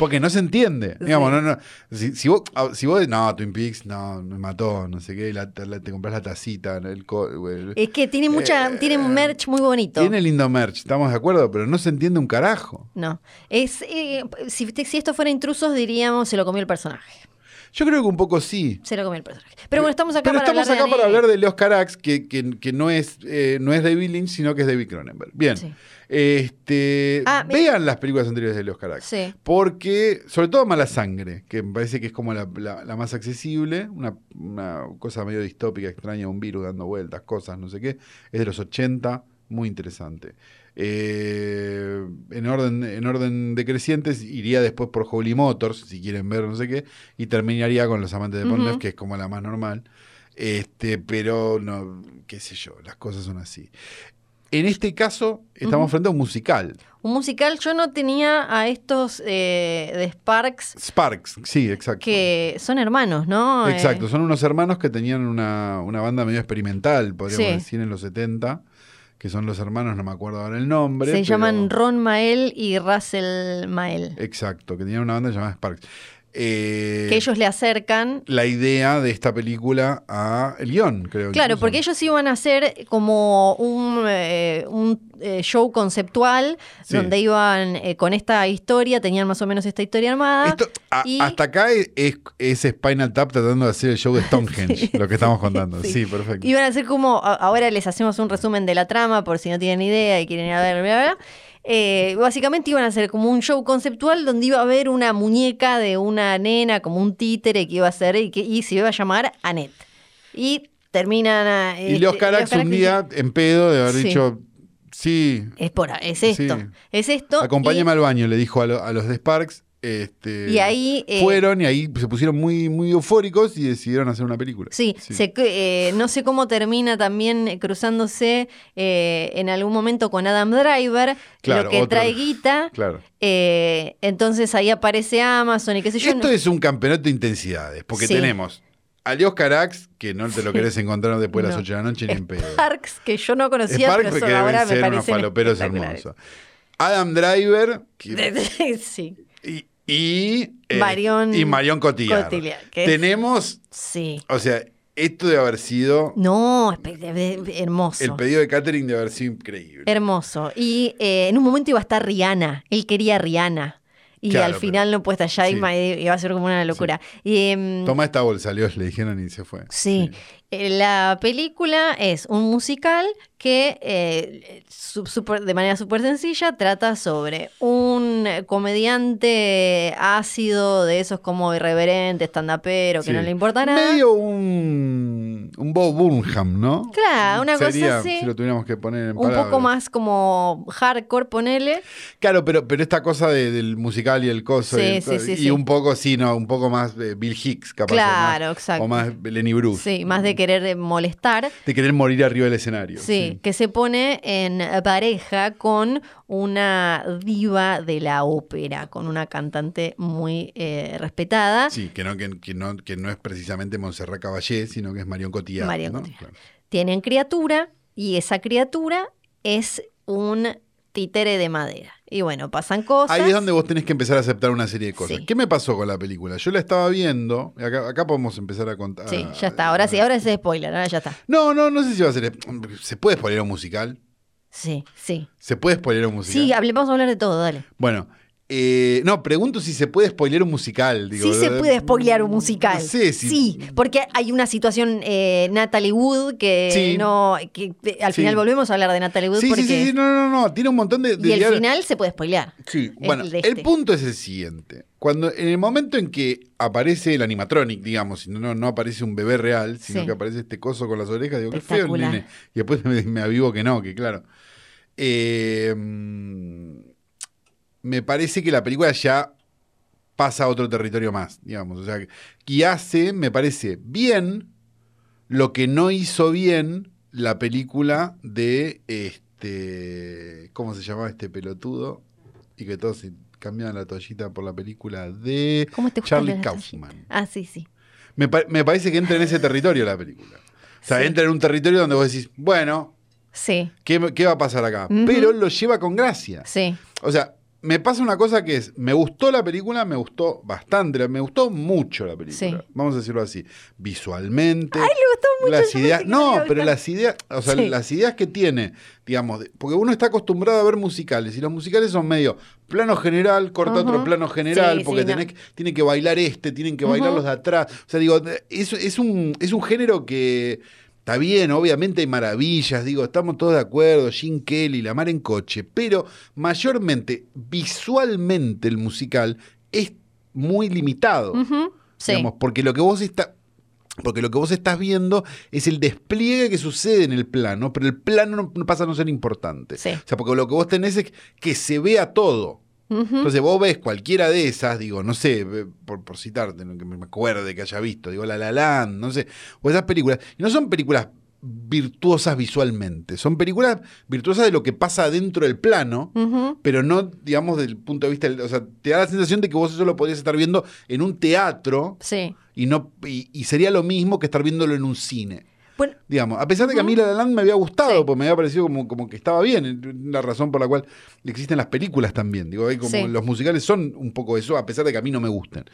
Porque no se entiende. Digamos, Sí. no, no. Si, si vos, ah, si vos, no, Twin Peaks, no, me mató, no sé qué, la- la- te compras la tacita, el, co- el- Es que tiene mucha, Eh, tiene un merch muy bonito. tiene lindo merch, estamos de acuerdo, pero no se entiende un carajo. No. Es, eh, si, te- si esto fuera intrusos, diríamos se lo comió el personaje. Yo creo que un poco sí. Se lo comió el personaje. Pero bueno, estamos acá Pero para estamos hablar acá de para Annie. hablar de Leos Carax, que, que- que no, es, eh, no es David Lynch, sino que es David Cronenberg. Bien. Sí. Este, Ah, mi- vean las películas anteriores de Leos Carax. Sí. Porque, sobre todo Mala Sangre, que me parece que es como la, la- la más accesible, una, una cosa medio distópica, extraña, un virus dando vueltas, cosas, no sé qué. Es de los 80, muy interesante. Eh, en, orden, en orden decrecientes iría después por Holy Motors, si quieren ver, no sé qué, y terminaría con Los Amantes de Ujú. Pornhub, que es como la más normal. Este, pero no, qué sé yo, las cosas son así. En este caso, estamos Ujú. frente a un musical. Un musical, yo no tenía a estos eh, de Sparks Sparks, sí, exacto. que son hermanos, ¿no? Eh, Exacto, son unos hermanos que tenían una, una banda medio experimental, podríamos Sí. decir, en los 70, que son los hermanos, no me acuerdo ahora el nombre. se pero- llaman Ron Mael y Russell Mael. Exacto, que tenían una banda llamada Sparks. Eh, que ellos le acercan La idea de esta película a el guión, creo. Claro, incluso. porque ellos iban a hacer como un, eh, un, eh, show conceptual Sí. donde iban eh, con esta historia, tenían más o menos esta historia armada. Esto- a- y- Hasta acá es, es Spinal Tap tratando de hacer el show de Stonehenge, Sí, lo que estamos contando. sí. Sí, perfecto. Iban a hacer como, a- ahora les hacemos un resumen de la trama por si no tienen idea y quieren ir a ver, bla, bla, bla. Eh, básicamente iban a hacer como un show conceptual donde iba a haber una muñeca de una nena, como un títere que iba a ser y, que, y se iba a llamar Annette. Y terminan... a- Y este, Leos Carax Leos un día, en pedo, de haber Sí. dicho, Sí. Es, por, es esto. Sí. Es esto. Acompáñame y- al baño, le dijo a, lo- a los de Sparks. Este, Y ahí, eh, fueron y ahí se pusieron muy, muy eufóricos y decidieron hacer una película. Sí, Sí. se cu- eh, no sé cómo termina también eh, cruzándose eh, en algún momento con Adam Driver, Claro, lo que otro- trae guita. Claro. eh, entonces ahí aparece Amazon y qué sé yo. Esto no- es un campeonato de intensidades, porque Sí. tenemos a Dios Carax, que no te lo querés encontrar después de las No. 8 de la noche ni en pedo. Parks, que yo no conocía, Sparks, pero que son- ahora deben me ser unos parecen faloperos espectaculares. hermosos. Adam Driver que- sí, y, y, eh, Marion y Marion Cotillard. Cotillard, que es- Tenemos, sí. o sea, esto de haber sido, No, espe- de- de- hermoso. el pedido de catering de haber sido increíble. Hermoso. Y eh, en un momento iba a estar Rihanna. Él quería a Rihanna. Y Claro, al final pero- no puesta allá y sí. ma- iba a ser como una locura. Y, em, Toma esta bolsa, Dios, le dijeron y se fue. Sí, Eh, la película es un musical que eh, su- súper- de manera súper sencilla trata sobre un comediante ácido de esos como irreverente, estandapero, que Sí. no le importa nada. Medio un, un Bob Burnham, ¿no? Claro, una cosa Sería, así. Si lo tuviéramos que poner en Un poco palabras. más como hardcore, ponele. Claro, pero, pero esta cosa de- del musical y el coso. Sí, y el sí, co- sí, y sí. un poco, sí, no, un poco más eh, Bill Hicks, capaz. Claro, o más, exacto. O más Lenny Bruce. Sí, más de querer eh, molestar. De querer morir arriba del escenario. Sí, que se pone en pareja con una diva de la ópera, con una cantante muy eh, respetada. Sí, que no, que, que no, que no es precisamente Montserrat Caballé, sino que es Marion Cotillard. Marion ¿no? Cotillard. Claro. Tienen criatura y esa criatura es un títere de madera. Y bueno, pasan cosas. Ahí es donde vos tenés que empezar a aceptar una serie de cosas. Sí. ¿Qué me pasó con la película? Yo la estaba viendo, y acá, acá podemos empezar a contar. Sí, ya está. Ahora ah. sí, ahora es spoiler, ahora ya está. No, no, no sé si va a ser. ¿Se puede spoiler un musical? Sí, sí. ¿Se puede spoiler un musical? Sí, hable- vamos a hablar de todo, dale. Bueno, eh, no, pregunto si se puede spoilear un musical. Digo, sí se eh, puede spoilear un musical. No sé si- Sí, porque hay una situación eh, Natalie Wood que Sí. no. que, eh, al Sí. final volvemos a hablar de Natalie Wood Sí, porque. sí, sí, sí, no, no, no, tiene un montón de... de y el diálogo. final se puede spoilear. Sí, es bueno, el el, de este. punto es el siguiente. Cuando, en el momento en que aparece el animatronic, digamos, y no, no, no aparece un bebé real, sino Sí. que aparece este coso con las orejas, digo, qué feo el Espectacular. nene. Y después me, me avivo que no, que claro. Eh, mm, me parece que la película ya pasa a otro territorio más, digamos. O sea, que- y hace, me parece, bien lo que no hizo bien la película de este. ¿Cómo se llamaba este pelotudo? Y que todos se cambiaban la toallita por la película de ¿Cómo te gusta Charlie hablar de esto? Kaufman. Ah, sí, sí. Me, pa- me parece que entra en ese territorio la película. O sea, Sí. entra en un territorio donde vos decís, bueno, Sí, ¿qué, qué va a pasar acá? Ujú. Pero lo lleva con gracia. sí. O sea, me pasa una cosa que es, me gustó la película, me gustó bastante, la- me gustó mucho la película. Sí. Vamos a decirlo así, visualmente. Ay, le gustó mucho, Las yo ideas, pensé que no le no, iba a pero gustar. las ideas, o sea, Sí. las ideas que tiene, digamos, de- porque uno está acostumbrado a ver musicales y los musicales son medio plano general, corta otro Ujú. plano general, Sí, porque sí, no. tenés que- tienen que bailar este, tienen que bailar Ujú. los de atrás. O sea, digo, es, es un, es un género que está bien, obviamente hay maravillas, digo, estamos todos de acuerdo, Jim Kelly, La Mar en Coche, pero mayormente, visualmente el musical es muy limitado. Ujú, Sí. Digamos, porque lo que vos está, porque lo que vos estás viendo es el despliegue que sucede en el plano, pero el plano no, no pasa a no ser importante. Sí. O sea, porque lo que vos tenés es que se vea todo. Ujú. Entonces vos ves cualquiera de esas, digo, no sé, ve- por, por citarte, no que me acuerde que haya visto, digo, La La Land, no sé, o esas películas. Y no son películas virtuosas visualmente, son películas virtuosas de lo que pasa dentro del plano, Ujú. pero no, digamos, del punto de vista, del- o sea, te da la sensación de que vos eso lo podrías estar viendo en un teatro Sí. y no y, y sería lo mismo que estar viéndolo en un cine. Bueno, Digamos, a pesar de que a mí La La Land me había gustado, Sí. porque me había parecido como, como que estaba bien, la razón por la cual existen las películas también. Digo, hay como Sí. los musicales son un poco eso, a pesar de que a mí no me gustan.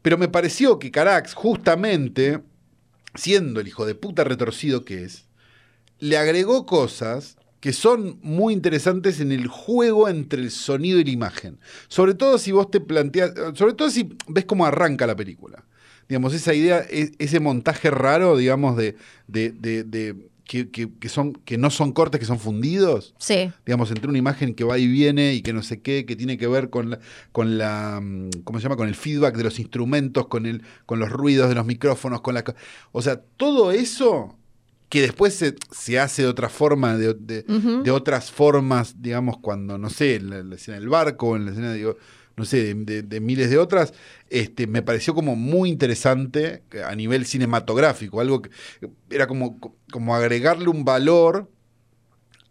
Pero me pareció que Carax, justamente, siendo el hijo de puta retorcido que es, le agregó cosas que son muy interesantes en el juego entre el sonido y la imagen. Sobre todo si vos te planteas, sobre todo si ves cómo arranca la película. Digamos, esa idea, e- ese montaje raro, digamos, de, de- de- de- que, que- que son, que no son cortes, que son fundidos sí. digamos, entre una imagen que va y viene y que no sé qué, que tiene que ver con la, con la mm, ¿cómo se llama? con el feedback de los instrumentos, con el, con los ruidos de los micrófonos, con la co- o sea, todo eso que después se, se hace de otra forma, de, de- Ujú. de otras formas, digamos, cuando, no sé, en la, en la escena del barco, en la escena, digo, no sé, de, de- de miles de otras, este, me pareció como muy interesante a nivel cinematográfico, algo que era como, como agregarle un valor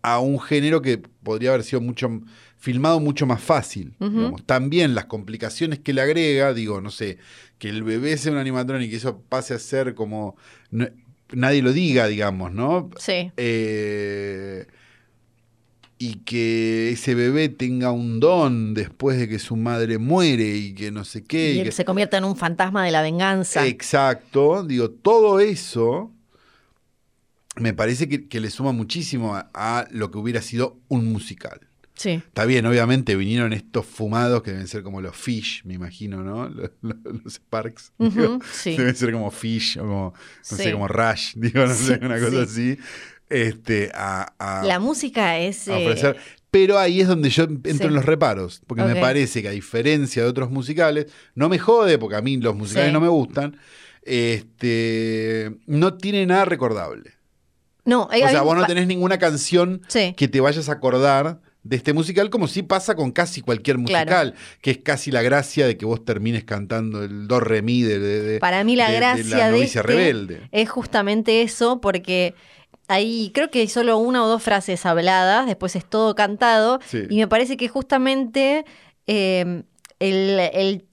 a un género que podría haber sido mucho m- filmado mucho más fácil. Ujú. digamos. También las complicaciones que le agrega, digo, no sé, que el bebé sea un animatrón y que eso pase a ser como n- nadie lo diga, digamos, ¿no? Sí. Eh, y que ese bebé tenga un don después de que su madre muere y que no sé qué. y Y él que- se convierta en un fantasma de la venganza. Exacto. Digo, todo eso me parece que, que le suma muchísimo a, a lo que hubiera sido un musical. sí. Está bien, obviamente vinieron estos fumados que deben ser como los Fish, me imagino, ¿no? Los, los- los Sparks. Ujú, digo. sí. Deben ser como Fish o como, no Sí. sé, como Rush, digo, no sé, Sí, una cosa así. Este, a, a- La música es. a eh, ofrecer. Pero ahí es donde yo entro Sí. en los reparos, porque Ok. me parece que a diferencia de otros musicales, no me jode, porque a mí los musicales Sí. no me gustan, este, no tiene nada recordable. No, hay- o sea, hay- vos no tenés ninguna canción Sí. que te vayas a acordar de este musical, como si pasa con casi cualquier musical, Claro. que es casi la gracia de que vos termines cantando el do re mi de, de- de- Para mí la de- de gracia la de novicia este rebelde. es justamente eso, porque ahí creo que hay solo una o dos frases habladas, después es todo cantado, Sí. y me parece que justamente eh, el, el-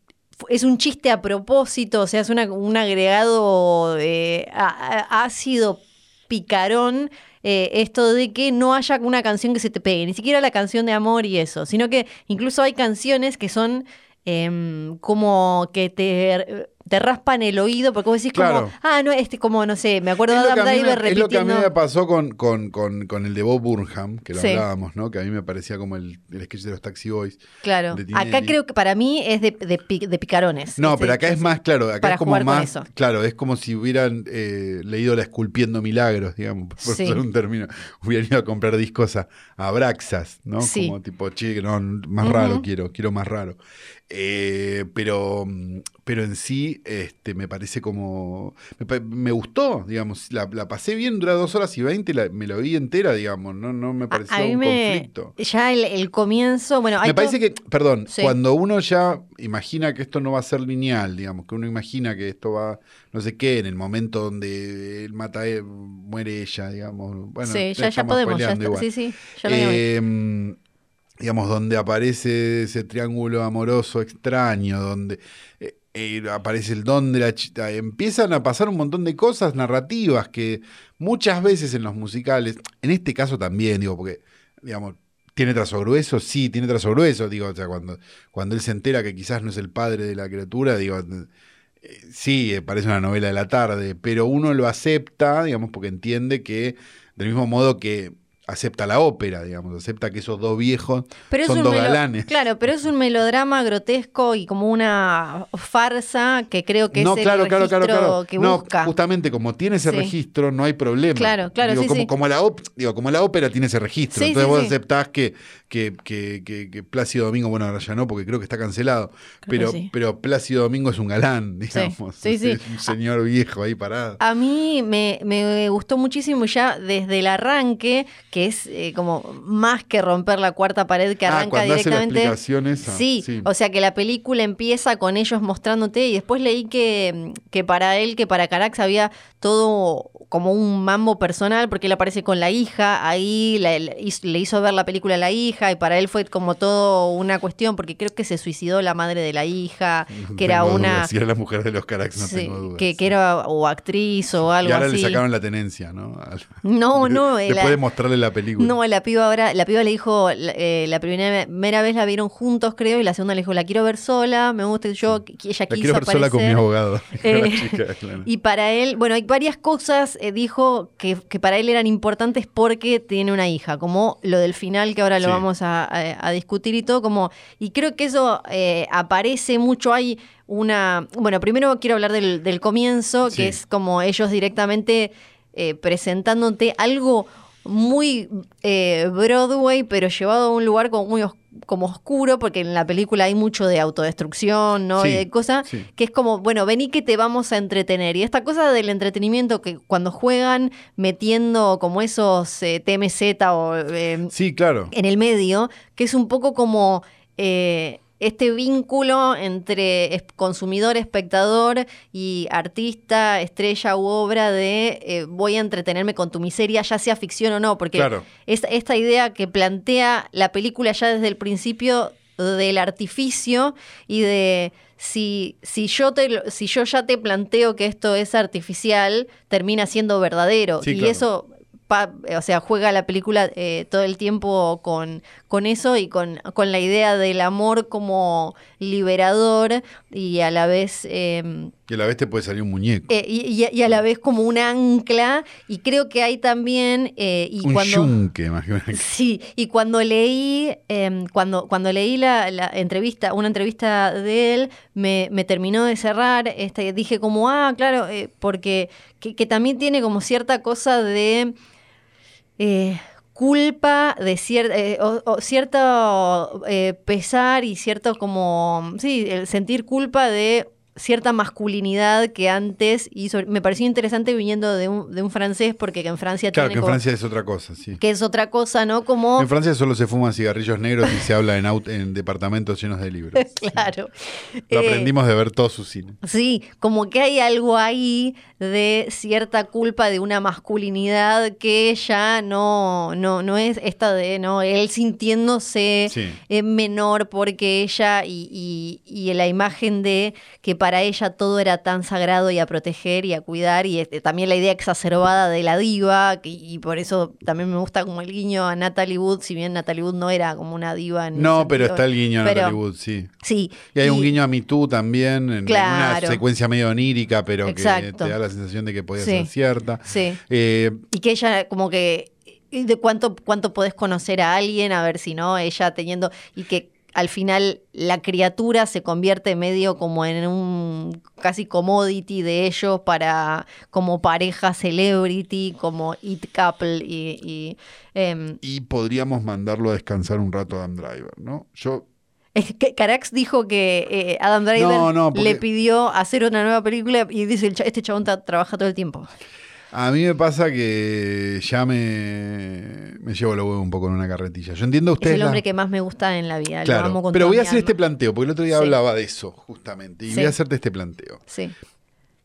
es un chiste a propósito, o sea, es una- un agregado eh, a- a- ácido picarón. eh, esto de que no haya una canción que se te pegue, ni siquiera la canción de amor y eso, sino que incluso hay canciones que son em, como que te, te raspan el oído porque vos decís Claro. como, ah, no, este como, no sé, me acuerdo Es de lo, que Adam a mí Driver me, es lo que a mí repitiendo. me pasó con, con- con- con el de Bob Burnham, que lo Sí. hablábamos, ¿no? Que a mí me parecía como el, el sketch de los Taxi Boys. Claro, de Tinelli. acá creo que para mí es de, de pi- de picarones. No, Este, pero acá es más, claro, acá para es como jugar con más, eso. claro, es como si hubieran eh, leído la Esculpiendo Milagros, digamos, por Sí. usar un término. Hubieran ido a comprar discos a, a Abraxas, ¿no? Sí. Como tipo, che, no, más Ujú. raro quiero, quiero más raro. Eh, pero, mm, pero en sí, este, me parece como, me, pa- me gustó, digamos, la, la pasé bien, dura dos horas y veinte, me la vi entera, digamos, no, no me pareció a mí un me- conflicto. Ya el, el comienzo, bueno, hay Me parece todo- que, perdón, Sí. cuando uno ya imagina que esto no va a ser lineal, digamos, que uno imagina que esto va, no sé qué, en el momento donde él mata, él, muere ella, digamos. Bueno, sí, ya, ya estamos podemos, ya spoileando está. igual. Sí, sí, ya lo habíamos dicho. Eh, digamos, donde aparece ese triángulo amoroso extraño, donde eh, eh, aparece el don de la chica. Empiezan a pasar un montón de cosas narrativas que muchas veces en los musicales, en este caso también, digo, porque, digamos, ¿tiene trazo grueso? Sí, tiene trazo grueso, digo, o sea, cuando, cuando él se entera que quizás no es el padre de la criatura, digo... eh, Sí, eh, parece una novela de la tarde, pero uno lo acepta, digamos, porque entiende que, del mismo modo que acepta la ópera, digamos, acepta que esos dos viejos Pero es son un dos melo- galanes. Claro, pero es un melodrama grotesco y como una farsa que creo que no, es claro, el claro, registro claro, claro. que no, busca. justamente como tiene ese Sí. registro, no hay problema. Claro, claro, digo, sí, como, sí. Como la op- digo, como la ópera tiene ese registro. Sí, entonces sí, vos sí. aceptás que, que, que- que- que Plácido Domingo, bueno, ahora ya no, porque creo que está cancelado. que pero, sí. pero Plácido Domingo es un galán, digamos. sí, Ah, es sí. un señor viejo ahí parado. A mí me, me gustó muchísimo ya desde el arranque, que es eh, como más que romper la cuarta pared que Ah, arranca cuando hace la directamente. explicación esa, sí, sí. o sea que la película empieza con ellos mostrándote y después leí que, mm, que para él, que para Carax había todo como un mambo personal porque él aparece con la hija, ahí la- le hizo- le hizo ver la película a la hija y para él fue como todo una cuestión porque creo que se suicidó la madre de la hija, No que era tengo una... dudas, Si era la mujer de los Carax, no sí, tengo dudas. que, que era o actriz o algo y ahora así. le sacaron la tenencia, ¿no? Al- No, no, eh, Después la- de mostrarle la película. no, la piba ahora, la piba le dijo, la, eh, la primera, primera vez la vieron juntos, creo, y la segunda le dijo, la quiero ver sola, me gusta, yo, que La ella quiso quiero ver sola con mi aparecer. abogado. Eh, La chica, claro. Y para él, bueno, hay varias cosas, eh, dijo, que, que para él eran importantes porque tiene una hija, como lo del final, que ahora lo Sí. vamos a, a- a discutir y todo, como, y creo que eso eh, aparece mucho, hay una, bueno, primero quiero hablar del, del comienzo, Sí. que es como ellos directamente eh, presentándote algo muy eh, Broadway, pero llevado a un lugar como muy os- como oscuro, porque en la película hay mucho de autodestrucción, ¿no? Sí, y de cosas sí. que es como, bueno, vení que te vamos a entretener. Y esta cosa del entretenimiento que cuando juegan metiendo como esos eh, TMZ o eh, Sí, claro. en el medio, que es un poco como eh, este vínculo entre es- consumidor, espectador y artista, estrella u obra de eh, voy a entretenerme con tu miseria, ya sea ficción o no, porque Claro. es esta idea que plantea la película ya desde el principio del artificio y de si, si yo te lo- si yo ya te planteo que esto es artificial, termina siendo verdadero. Sí, y claro. eso pa- o sea, juega la película eh, todo el tiempo con, con eso y con, con la idea del amor como liberador y a la vez eh, Y a la vez te puede salir un muñeco. eh, y, y- y a la vez como un ancla. Y creo que hay también eh, y un cuando. yunque, imagínate. Sí, y cuando leí, em, cuando, cuando leí la, la entrevista, una entrevista de él, me, me terminó de cerrar, este, dije como, ah, claro, eh, porque que, que también tiene como cierta cosa de eh, culpa, de cier- eh, o- o cierto eh, pesar y cierto como, sí, el sentir culpa de cierta masculinidad que antes hizo, me pareció interesante viniendo de un, de un francés, porque en Francia Claro, tiene que en como- Francia es otra cosa, sí. que es otra cosa, ¿no? Como En Francia solo se fuman cigarrillos negros y se habla en, aut- en departamentos llenos de libros. Claro. Lo Eh, aprendimos de ver todo su cine. Sí, como que hay algo ahí de cierta culpa de una masculinidad que ya no, no, no es esta de no, él sintiéndose Sí. eh, menor porque ella y, y- y la imagen de que para ella todo era tan sagrado y a proteger y a cuidar y este, también la idea exacerbada de la diva que- y por eso también me gusta como el guiño a Natalie Wood, si bien Natalie Wood no era como una diva en ese No, pero sentido. está el guiño a Pero- Natalie Wood, sí. Sí. Y hay un y- guiño a Me Too también, en Claro. una secuencia medio onírica, pero Exacto. que te da la sensación de que podía Sí. ser cierta. Sí. Eh, Y que ella como que y de cuánto cuánto podés conocer a alguien, a ver si no, ella teniendo y que al final la criatura se convierte medio como en un casi commodity de ellos para como pareja celebrity, como it couple y, y, em, y podríamos mandarlo a descansar un rato a Adam Driver, ¿no? Yo es que Carax dijo que eh, Adam Driver No, no, porque- le pidió hacer una nueva película y dice, "El cha- este chabón ta- trabaja todo el tiempo. A mí me pasa que ya me, me llevo los huevos un poco en una carretilla. Yo entiendo a Es ustedes. el hombre la- que más me gusta en la vida. lo claro, amo con pero toda voy a mi hacer este alma. planteo, porque el otro día Sí. hablaba de eso, justamente. Y Sí. voy a hacerte este planteo. Sí.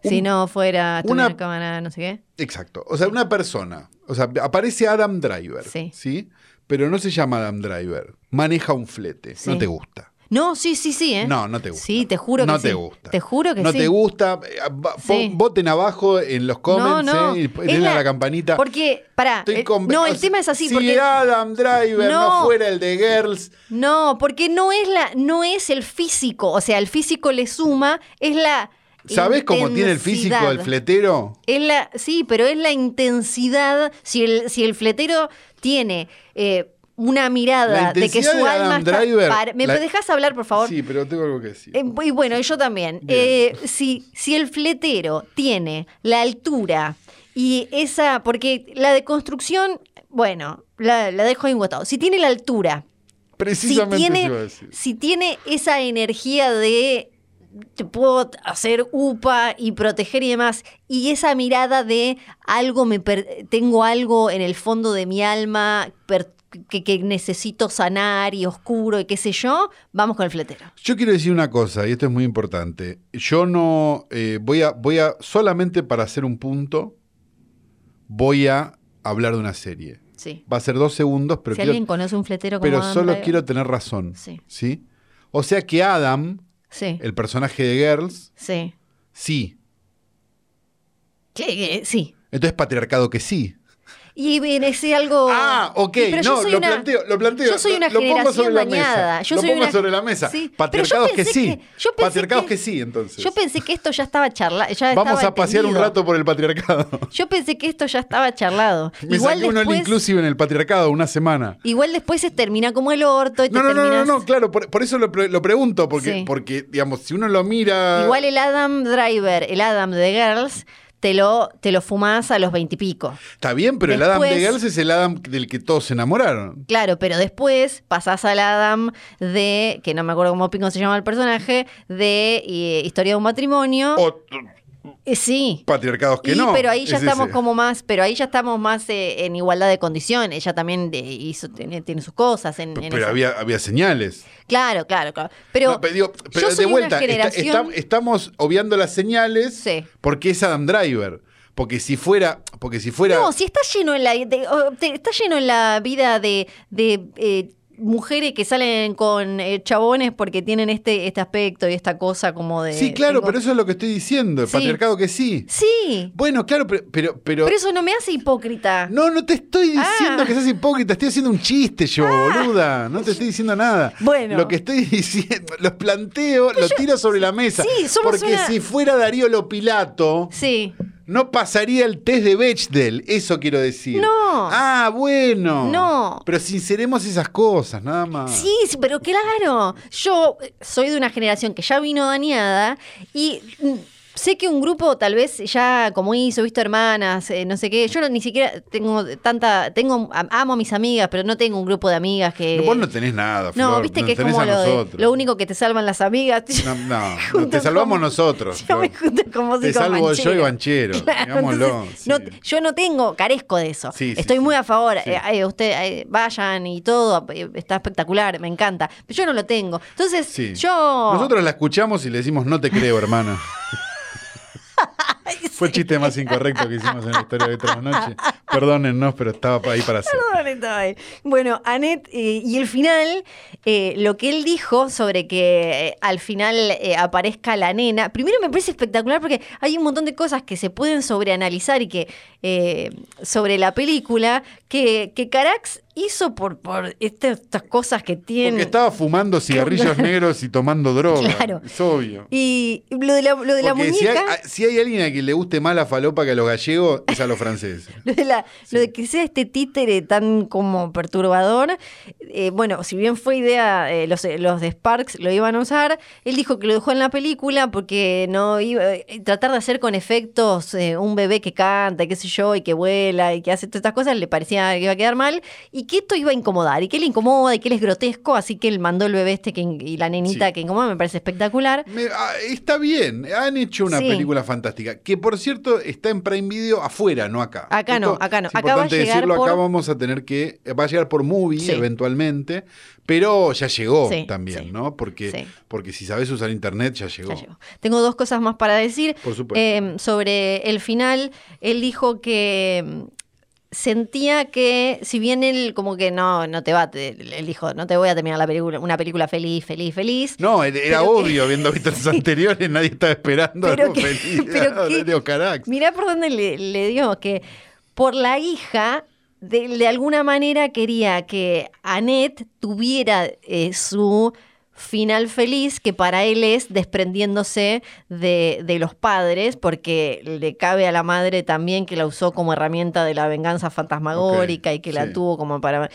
Un- si no fuera una- una cámara, no sé qué. Exacto. O sea, una persona. O sea, aparece Adam Driver. Sí. Sí. Pero no se llama Adam Driver. Maneja un flete. No Sí. te gusta. No, sí, sí, sí, ¿eh? No, no te gusta. Sí, te juro que No sí. te gusta. Te juro que no sí. te gusta. eh, va- Sí. pon- Voten abajo en los comments. No, no. eh, y Es denle a la campanita. Porque, pará. Estoy eh, conven- no, o el sea, tema es así. Si porque, Adam Driver no. No. fuera el de Girls, No, porque no es, la, no es el físico. O sea, el físico le suma, es la. ¿sabes cómo tiene el físico intensidad. del fletero? Es la, sí, pero es la intensidad. Si el, si el fletero tiene eh, una La mirada de que intensidad su de alma Adam está. Driver, para- ¿Me la- dejas hablar, por favor? Sí, pero tengo algo que decir. Eh, y bueno, yo también. Bien. Eh, si, si el fletero tiene la altura y esa, porque la deconstrucción, bueno, la, la dejo ahí votado. Si tiene la altura, si Precisamente eso iba a tiene, decir. si tiene esa energía de te puedo hacer upa y proteger y demás, y esa mirada de algo me per- tengo algo en el fondo de mi alma per- que, que necesito sanar y oscuro y qué sé yo, vamos con el fletero. Yo quiero decir una cosa, y esto es muy importante. Yo no eh, voy a, voy a, solamente para hacer un punto, voy a hablar de una serie. Sí. Va a ser dos segundos, pero, si quiero- alguien conoce un fletero como pero Adam solo Driver- quiero tener razón. Sí. ¿sí? O sea que Adam, Sí, el personaje de Girls, sí. sí. Sí, eh, sí. Entonces patriarcado que sí. Y viene ese algo... Ah, ok, Sí, pero yo no, soy lo una- planteo, lo planteo. Yo soy lo- una lo, pongo generación sobre la dañada. mesa. Yo lo soy pongo una- sobre la mesa. Sí, pero yo Patriarcados que pensé sí. que- yo pensé Patriarcados que, que- sí, entonces. Yo pensé que esto ya estaba charlado. Vamos a pasear un rato por el patriarcado. Yo pensé que esto ya estaba charlado. Me igual, saqué un all después, inclusive en el patriarcado una semana. igual después se termina como el orto y te No, no, no, no, terminas- no, claro, por, por eso lo, pre- lo pregunto, porque, Sí. porque, digamos, si uno lo mira. Igual el Adam Driver, el Adam de Girls, te lo, te lo fumás a los veintipico. Está bien, pero el Adam de Después- Girls es el Adam del que todos se enamoraron. Claro, pero después pasás al Adam de, que no me acuerdo cómo pingo se llama el personaje, de eh, Historia de un matrimonio. Otros Eh, sí. patriarcados que Y, no. pero ahí ya es estamos ese. como más, pero ahí ya estamos más eh, en igualdad de condiciones. Ella también eh, hizo, tiene, tiene sus cosas en, en Pero esa- había, había señales. Claro, claro, claro. Pero, No, pero digo, pero yo soy de vuelta, una está- generación. está- estamos obviando las señales Sí. porque es Adam Driver. Porque si fuera, porque si fuera No, si está lleno en la, de- o- te- está lleno en la vida de, de, eh, mujeres que salen con eh, chabones porque tienen este, este aspecto y esta cosa como de. Sí, claro, tengo- pero eso es lo que estoy diciendo, el Sí. patriarcado que sí. Sí, Bueno, claro, pero pero, pero- pero, eso no me hace hipócrita. no, no te estoy diciendo Ah. que seas hipócrita, estoy haciendo un chiste yo, boluda, no te estoy diciendo nada. Bueno. Lo que estoy diciendo, los planteo, los tiro sobre la mesa, Sí, somos porque una- si fuera Darío Lopilato, Sí. no pasaría el test de Bechdel, eso quiero decir. No. Ah, bueno. No. Pero sinceremos esas cosas, nada más. Sí, sí, pero claro, yo eh, soy de una generación que ya vino dañada y mm, sé que un grupo tal vez ya como hizo, visto hermanas, eh, no sé qué, yo no, ni siquiera tengo tanta, tengo am- amo a mis amigas, pero no tengo un grupo de amigas que... No, Vos no tenés nada, No, Flor, viste nos que es tenés como a lo, de, nosotros. lo único que te salvan las amigas. No, no, Junto te salvamos con- nosotros. Yo me Flor. junto con vos y Te con salvo Banchero. yo y Banchero, digámoslo, entonces, sí. no- yo no tengo, carezco de eso. Sí, sí, Estoy sí. muy a favor. Sí. eh, eh, usted, eh, vayan y todo, eh, está espectacular, me encanta. Pero yo no lo tengo. Entonces, Sí. yo. Nosotros la escuchamos y le decimos, no te creo, hermana. Ay, sí, Fue el chiste más incorrecto que hicimos en la historia de otra noche. Perdónennos, pero estaba ahí para hacer. perdón, estoy. Bueno, Anet, eh, y el final, eh, lo que él dijo sobre que eh, al final eh, aparezca la nena, primero me parece espectacular porque hay un montón de cosas que se pueden sobreanalizar y que eh, sobre la película que, que Carax hizo por, por este- estas cosas que tiene. Porque estaba fumando cigarrillos negros y tomando droga. Claro. Es obvio. Y lo de la, lo de la Porque si hay, muñeca, a- si hay alguien a quien le guste más la falopa que a los gallegos, es a los franceses. lo de, la- lo de que sea este títere tan como perturbador, eh, bueno, si bien fue idea, eh, los, los de Sparks lo iban a usar, él dijo que lo dejó en la película porque no iba eh, tratar de hacer con efectos eh, un bebé que canta, qué sé yo, y que vuela y que hace todas estas cosas, le parecía que iba a quedar mal y que esto iba a incomodar y que le incomoda y que él es grotesco, así que él mandó el bebé este que, in- y la nenita Sí. que incomoda, me parece espectacular. Me- ah, está bien, han hecho una Sí. película fantástica, que por cierto está en Prime Video afuera, no acá. Acá no, acá no. Es Acá va a importante llegar decirlo, acá por- vamos a tener que, eh, va a llegar por movie Sí. eventualmente, pero ya llegó Sí, también, sí. ¿no? Porque, Sí. porque si sabes usar internet, ya Ya llegó. llegó. Tengo dos cosas más para decir. Por supuesto. Eh, sobre el final, él dijo que mm, sentía que, si bien él como que no, no te va, te- él dijo, no te voy a terminar la película, una película feliz, feliz, feliz. No, era era Pero que- obvio, viendo visto los anteriores, nadie estaba esperando Pero algo que- feliz. pero que- Darío Carax. Mirá por dónde le, le dio, que por la hija, de, de alguna manera quería que Annette tuviera eh, su final feliz, que para él es desprendiéndose de, de los padres, porque le cabe a la madre también que la usó como herramienta de la venganza fantasmagórica Ok, y que la sí. tuvo como para...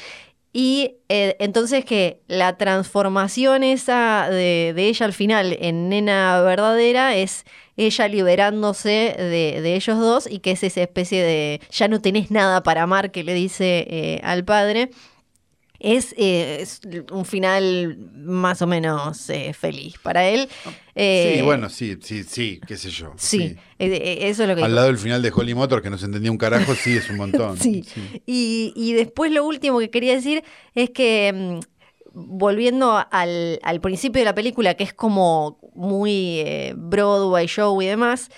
Y eh, entonces que la transformación esa de, de ella al final en nena verdadera es ella liberándose de, de ellos dos y que es esa especie de ya no tenés nada para amar que le dice eh, al padre. Es, eh, es un final más o menos eh, feliz para él. sí, Eh, bueno, sí, sí, sí, qué sé yo. Sí, eh, eh, eso es lo que Al dijo. lado del final de Holly Motors, que no se entendía un carajo, sí, es un montón. Sí. Y, y después lo último que quería decir es que mm, volviendo al, al principio de la película, que es como muy eh, Broadway show y demás,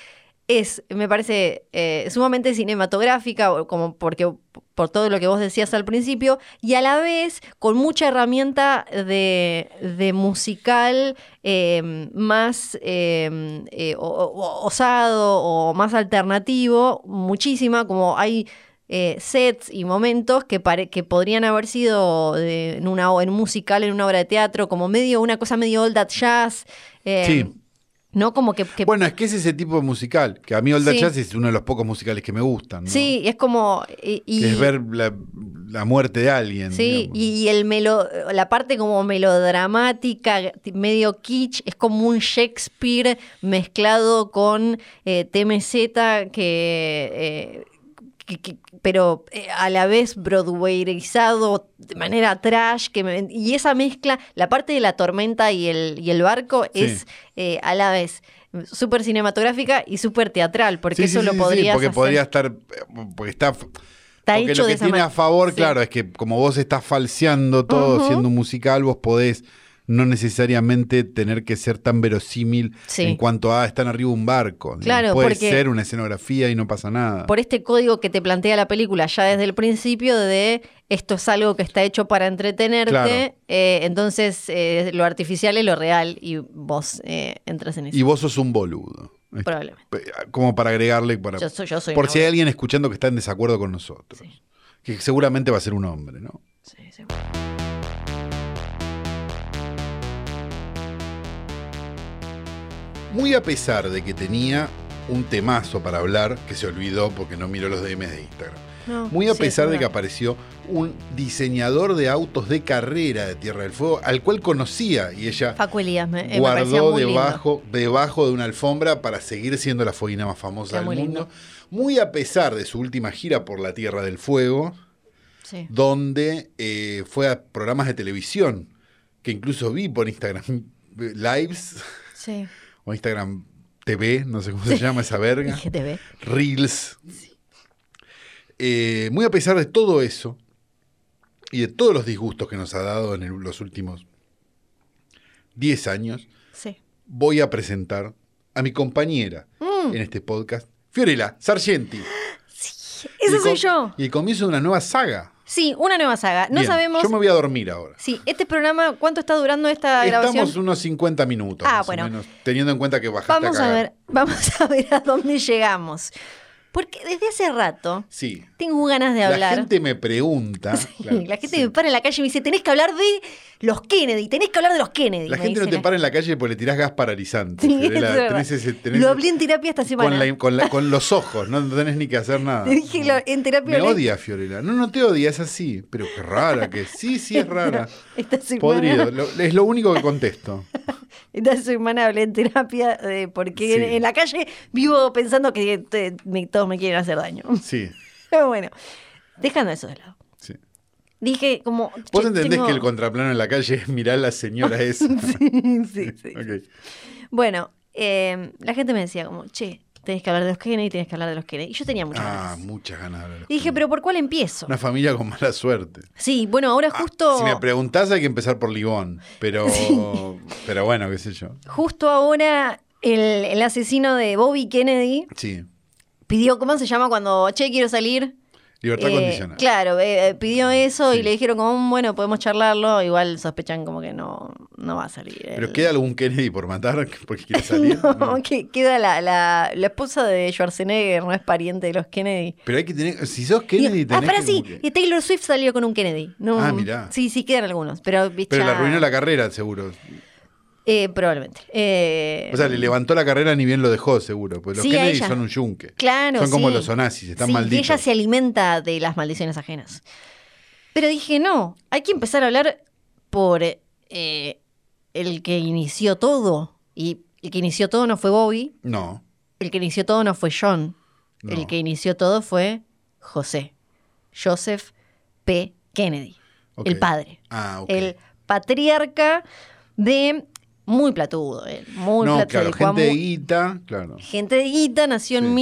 es, me parece, eh, sumamente cinematográfica, o como porque por todo lo que vos decías al principio, y a la vez con mucha herramienta de, de musical eh, más eh, eh, o- o- osado o más alternativo, muchísima, como hay eh, sets y momentos que, pare- que podrían haber sido de- en, una, o- en un musical, en una obra de teatro, como medio, una cosa medio old that jazz. eh, Sí. ¿No? Como que. que- Bueno, es que es ese tipo de musical, que a mí Olda Sí. Jazz es uno de los pocos musicales que me gustan. ¿no? Sí, es como. y- y- Que es ver la, la muerte de alguien. Sí, digamos. y, y el melo, la parte como melodramática, ti- medio kitsch, es como un Shakespeare mezclado con eh, TMZ que... eh, que- que- pero eh, a la vez broadwayizado de manera trash que me- y esa mezcla la parte de la tormenta y el, y el barco Sí. es eh, a la vez súper cinematográfica y súper teatral porque Sí, sí, eso sí, lo sí, sí, podrías porque hacer. podría estar eh, porque está Está porque hecho lo de que esa tiene ma- a favor Sí. claro es que como vos estás falseando todo Ujú. siendo un musical vos podés no necesariamente tener que ser tan verosímil Sí. en cuanto a "Ah, están arriba un barco Claro, puede porque- ser una escenografía y no pasa nada por este código que te plantea la película ya desde el principio de esto es algo que está hecho para entretenerte, Claro. eh, entonces eh, lo artificial es lo real y vos eh, entras en eso. y vos sos un boludo eh, Probablemente. como para agregarle para Yo soy, yo soy por una si hay boluda. alguien escuchando que está en desacuerdo con nosotros Sí. que seguramente va a ser un hombre no Sí, sí. Muy a pesar de que tenía un temazo para hablar, que se olvidó porque no miró los DMs de Instagram. No, Muy a Oh, sí, pesar es de que verdad. apareció un diseñador de autos de carrera de Tierra del Fuego, al cual conocía y ella Facu Elías me, eh, me parecía guardó muy lindo. debajo, debajo de una alfombra para seguir siendo la foguina más famosa Era del muy mundo. lindo. Muy a pesar de su última gira por la Tierra del Fuego, Sí. donde eh, fue a programas de televisión, que incluso vi por Instagram Lives Sí. o Instagram TV, no sé cómo se llama esa verga, IGTV. Reels. Eh, muy a pesar de todo eso y de todos los disgustos que nos ha dado en el- los últimos 10 años, Sí. voy a presentar a mi compañera Mm. en este podcast, Fiorella Sargenti. Y Ese el soy com- yo. Y el comienzo de una nueva saga. Sí, una nueva saga. No Bien, sabemos. Yo me voy a dormir ahora. Sí, este programa, ¿cuánto está durando esta grabación? Estamos unos 50 minutos, Ah, más o bueno. menos, teniendo en cuenta que bajaste Vamos a a cagar. ver, vamos a ver a dónde llegamos. Porque desde hace rato Sí. tengo ganas de La hablar. gente me pregunta. Sí, claro, la gente sí. me para en la calle y me dice, tenés que hablar de los Kennedy, tenés que hablar de los Kennedy. La me gente no dice te la- para en la calle porque le tirás gas paralizante. Sí, Fiorella. es verdad. Tenés ese- tenés- Lo hablé en terapia esta semana. con, la- con la- con los ojos, no tenés ni que hacer nada. Te dije lo- en terapia. me hablé- odia Fiorella. No, no te odia, es así. Pero qué rara que es. sí, sí es rara. Esta semana, Podrido. Lo- es lo único que contesto. Esta semana hablé en terapia de porque Sí. en, en la calle vivo pensando que te- me- todos me quieren hacer daño. Sí, Pero bueno, dejando eso de lado. sí. Dije como... Vos che, entendés tengo- que el contraplano en la calle es mirar a la señora esa. Sí, sí, sí. Ok. Bueno, eh, la gente me decía como, che, tenés que hablar de los Kennedy, tenés que hablar de los Kennedy. Y yo tenía muchas Ah, ganas. muchas ganas de hablar. Y dije, pero ¿por cuál empiezo? Una familia con mala suerte. Sí, bueno, ahora Ah, justo, si me preguntás hay que empezar por Libón. Pero, pero bueno, qué sé yo. justo ahora el, el asesino de Bobby Kennedy Sí. pidió, ¿cómo se llama cuando, che, quiero salir? Libertad Eh, condicional. Claro, eh, eh, pidió eso Mm, Sí. y le dijeron como, "Mm, bueno, podemos charlarlo, igual sospechan como que no, no va a salir. ¿Pero el- queda algún Kennedy por matar porque quiere salir? No, No. que- queda la, la, la esposa de Schwarzenegger, no es pariente de los Kennedy. Pero hay que tener. Si sos Kennedy, Y- tenés ah, para que sí, como que- y Taylor Swift salió con un Kennedy. No, Ah, mirá. Sí, sí, quedan algunos, pero viste. Pero le ya- arruinó la carrera, seguro. Eh, probablemente. Eh, O sea, le levantó la carrera ni bien lo dejó, seguro. Porque los Sí, a Kennedy ella. son un yunque. Claro, Son como sí. los onassis, están sí, malditos. Y ella se alimenta de las maldiciones ajenas. Pero dije, no, hay que empezar a hablar por eh, el que inició todo. Y el que inició todo no fue Bobby, No. el que inició todo no fue John. No. El que inició todo fue José. Joseph P. Kennedy. ok. El padre. Ah, ok. El patriarca de. Muy platudo, él. Muy no, platudo. claro, se dedicó a gente de mu- guita, claro. Gente de Guita nació Sí. en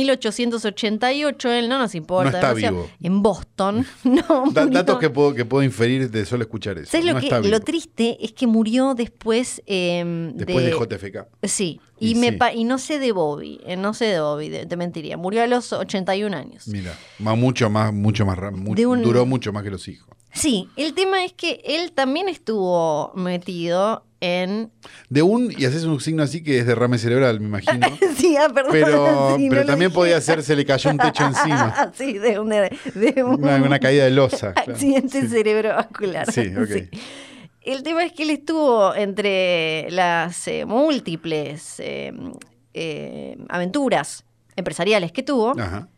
1888, él no nos importa. No está nació vivo. En Boston. No, Da- murió. datos que puedo, que puedo inferir de solo escuchar eso. ¿Sabes no lo, está que, vivo. lo triste? Es que murió después eh, Después de... de... JFK. Sí, y, Y me sí. pa- y no sé de Bobby, eh, no sé de Bobby, de- te mentiría. Murió a los 81 años. Mira, más, mucho más, mucho más, ra- mu- De un- duró mucho más que los hijos. Sí, el tema es que él también estuvo metido en... De un, y haces un signo así que es derrame cerebral, me imagino. sí, ah, perdón. Pero, sí, pero no lo también dije. podía ser, se le cayó un techo encima. sí, de un... De un- Una, una caída de losa. claro. accidente cerebrovascular. Sí, ok. Sí. El tema es que él estuvo entre las eh, múltiples eh, eh, aventuras empresariales que tuvo, Ajá.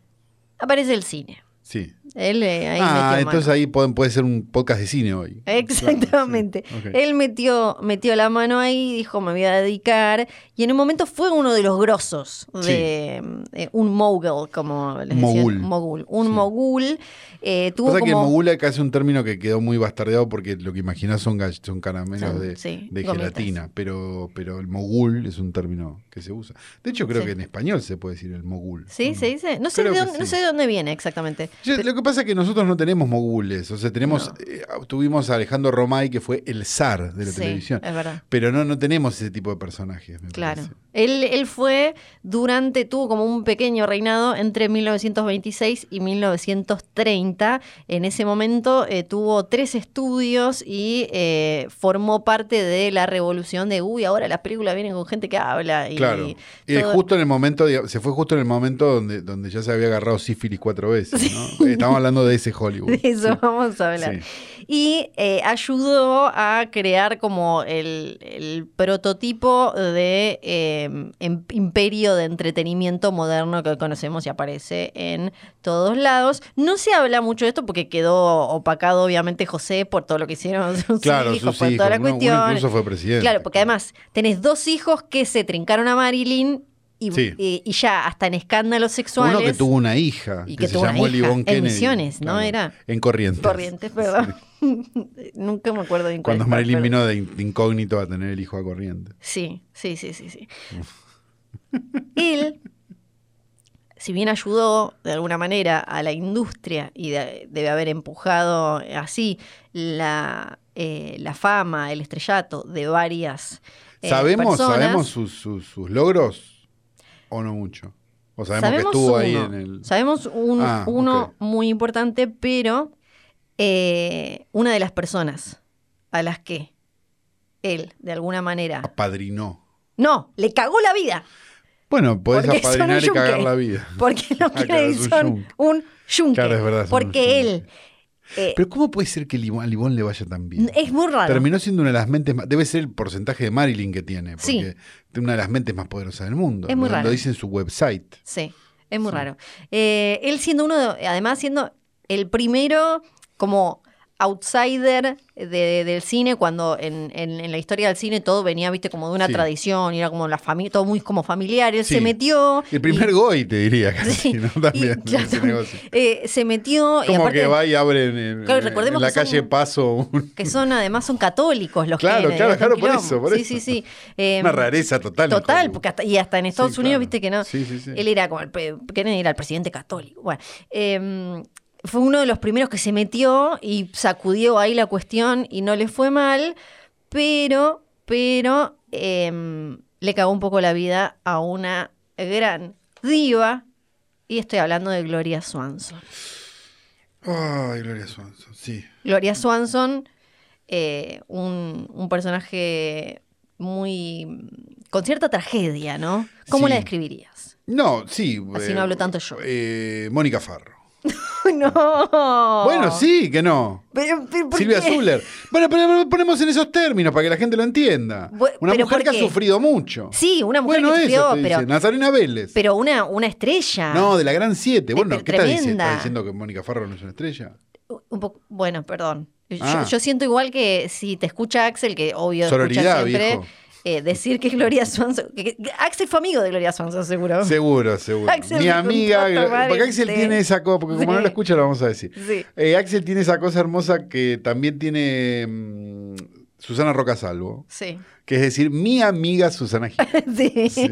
aparece el cine. Sí. Él eh, ahí ah, metió mano. entonces ahí pueden- puede ser un podcast de cine hoy. Exactamente. Claro, sí. Ok. Él metió, metió la mano ahí, dijo, me voy a dedicar. Y en un momento fue uno de los grosos de eh, un mogul, como les decían. Mogul. Mogul. Un Sí. mogul. eh, tuvo Pasa que como- mogul acá es un término que quedó muy bastardeado porque lo que imaginas son, gall- son caramelos Son, de, sí, de gomitas. gelatina, pero, pero el mogul es un término que se usa. De hecho, creo Sí. que en español se puede decir el mogul. Sí, ¿no? se dice. No sé, Mm. Creo de que dónde, no sí. sé de dónde viene exactamente. Yo- Pero- lo que pasa es que nosotros no tenemos mogules, o sea, tenemos, No. eh, tuvimos a Alejandro Romay, que fue el zar de la sí, televisión, Es verdad. pero no, no tenemos ese tipo de personajes. me Claro. parece. Él, él fue durante, tuvo como un pequeño reinado entre 1926 y 1930. En ese momento eh, tuvo tres estudios y eh, formó parte de la revolución de, uy, ahora las películas vienen con gente que habla. Y, Claro. Y, todo- justo en el momento, diga- se fue justo en el momento donde, donde ya se había agarrado sífilis cuatro veces, ¿no? Estamos hablando de ese Hollywood. de eso Sí. vamos a hablar. Sí. Y eh, ayudó a crear como el, el prototipo de eh, em- imperio de entretenimiento moderno que hoy conocemos y aparece en todos lados. No se habla mucho de esto porque quedó opacado, obviamente, José por todo lo que hicieron sus Claro, hijos, sus por hijos. toda la Uno- uno cuestión. incluso fue presidente. Claro, porque además tenés dos hijos que se trincaron a Marilyn y, Sí. y- y ya hasta en escándalos sexuales. Uno que tuvo una hija Y que, que se tuvo una llamó hija, Livón en Kennedy. Misiones, ¿no? Era. En Corrientes. Corrientes, perdón. Nunca me acuerdo bien cuál Cuando es, Marilyn perdón. vino de in- de incógnito a tener el hijo a Corrientes. Sí, sí, sí, sí, sí. Él, si bien ayudó de alguna manera a la industria y de- debe haber empujado así la, eh, la fama, el estrellato de varias eh, ¿Sabemos, personas, ¿sabemos sus, sus- sus logros o no mucho? ¿O sabemos, que estuvo ahí en el... Sabemos un- Ah, uno ok. muy importante, pero eh, una de las personas a las que él, de alguna manera, Apadrinó. no, le cagó la vida. Bueno, podés Porque son un apadrinar y yunque. cagar la vida. Porque Ah, los Kennedy claro, es un son yunque. un yunque. Claro, es verdad, son Porque un él yunque. eh, Pero ¿cómo puede ser que Livón- a Livón le vaya tan bien? es muy raro. Terminó siendo una de las mentes más. Debe ser el porcentaje de Marilyn que tiene, porque Sí. tiene una de las mentes más poderosas del mundo. Es muy Lo- raro. Lo dice en su website. Sí, es muy Sí. raro. Eh, él siendo uno, de- además siendo el primero como outsider de- de- del cine, cuando en, en- en la historia del cine todo venía, viste, como de una Sí. tradición, y era como la familia, todo muy como familiar, él Sí. se metió. El primer y- Goy, te diría casi, Sí, ¿no? y- También en claro, ese negocio. eh, se metió y Como aparte que va y abre en, en- Claro, en- recordemos en la que son- calle Paso un- que son además son católicos los Claro, Kennedy, claro, es un claro, por quilombo. eso, por sí, eso. sí, sí. Eh, una rareza total. en Total, Hollywood. porque hasta, y hasta en Estados Sí, Unidos, claro. viste que no. Sí, sí, sí. Él era como el pe- Kennedy era el presidente católico. Bueno, eh, fue uno de los primeros que se metió y sacudió ahí la cuestión y no le fue mal, pero, pero eh, le cagó un poco la vida a una gran diva. Y estoy hablando de Gloria Swanson. Ay, Gloria Swanson, sí. Gloria Swanson, eh, un, un personaje muy. con cierta tragedia, ¿no? ¿Cómo Sí. la describirías? No, sí. Así no hablo tanto yo. eh, Mónica Farro. no. Bueno, sí, que no. Pero, pero, Oh. ¿por Silvia qué? Zuller. Bueno, pero lo ponemos en esos términos para que la gente lo entienda. Bu- Una pero mujer ¿por que ha qué? sufrido mucho. Sí, una mujer bueno, que eso estudió, te pero, dice, Nazarena Vélez. pero una, una estrella. no, de la Gran 7. Bueno, Pero ¿qué estás diciendo? tremenda. ¿Estás diciendo que Mónica Farro no es una estrella? Un poco, bueno, perdón. Yo, Ah. yo siento igual que si te escucha Axel, que obvio Sororidad, escucha siempre, viejo. eh, decir que Gloria Swanson. que- que- Axel fue amigo de Gloria Swanson, seguro. Seguro, seguro. Ah. Axel Mi me amiga. contó a tomar Porque Axel este. tiene esa cosa, porque como no Sí. lo escucha, lo vamos a decir. Sí. Eh, Axel tiene esa cosa hermosa que también tiene mm, Susana Rocasalvo, Sí. que es decir, mi amiga Susana Gil. Sí. sí,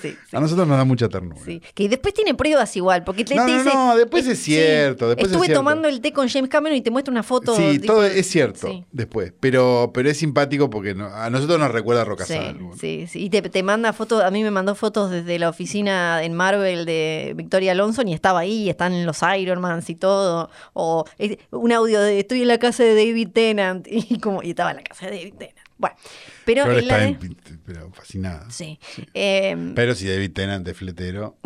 sí. A nosotros nos da mucha ternura. Sí, que después tiene pruebas igual, porque te, No, te no, dice, no, después es sí, cierto, después es estuve cierto. tomando el té con James Cameron y te muestra una foto. Sí, tipo- todo es cierto Sí. después, pero, pero es simpático porque no- a nosotros nos recuerda a Rocasalvo. Sí, sí, sí. Y te, te manda fotos, a mí me mandó fotos desde la oficina en Marvel de Victoria Alonso y estaba ahí, están los Iron Mans y todo. O eh, un audio de estoy en la casa de David Tennant y como y estaba en la casa de David Tennant. Bueno, pero Flor en la está de- en- pero fascinada. Sí. Eh, Pero si David Tennant es fletero,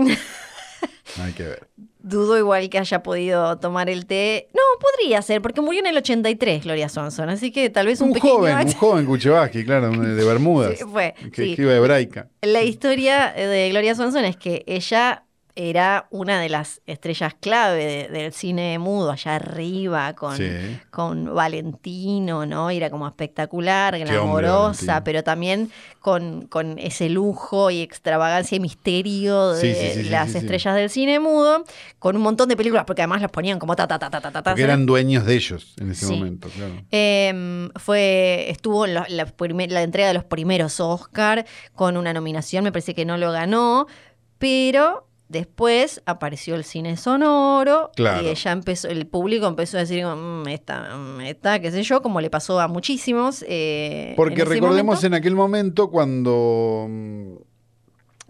Hay que ver. Dudo igual que haya podido tomar el té. No, podría ser, porque murió en el 83 Gloria Swanson, así que tal vez un, Un, pequeño joven, un acc- joven Kuchevaski, claro, un- de Bermudas. Sí, fue, que sí. escriba hebraica. La historia eh, de Gloria Swanson es que ella era una de las estrellas clave de- del cine mudo, allá arriba, con, Sí. con Valentino, ¿no? Y Era como espectacular, hombre, Valentino. glamorosa, pero también con, con ese lujo y extravagancia y misterio de Sí, sí, sí, sí, las sí, sí. estrellas del cine mudo, con un montón de películas, porque además las ponían como ta, ta, ta, ta, ta, ta, ta. Porque eran dueños de ellos en ese Sí. momento, claro. Em, fue, estuvo en los- la, primer- la entrega de los primeros Oscar con una nominación, me parece que no lo ganó, pero después apareció el cine sonoro Claro. y ella empezó, el público empezó a decir, "Mm, esta, mm, esta, qué sé yo, como le pasó a muchísimos. eh, Porque en ese recordemos momento. en aquel momento cuando. mm,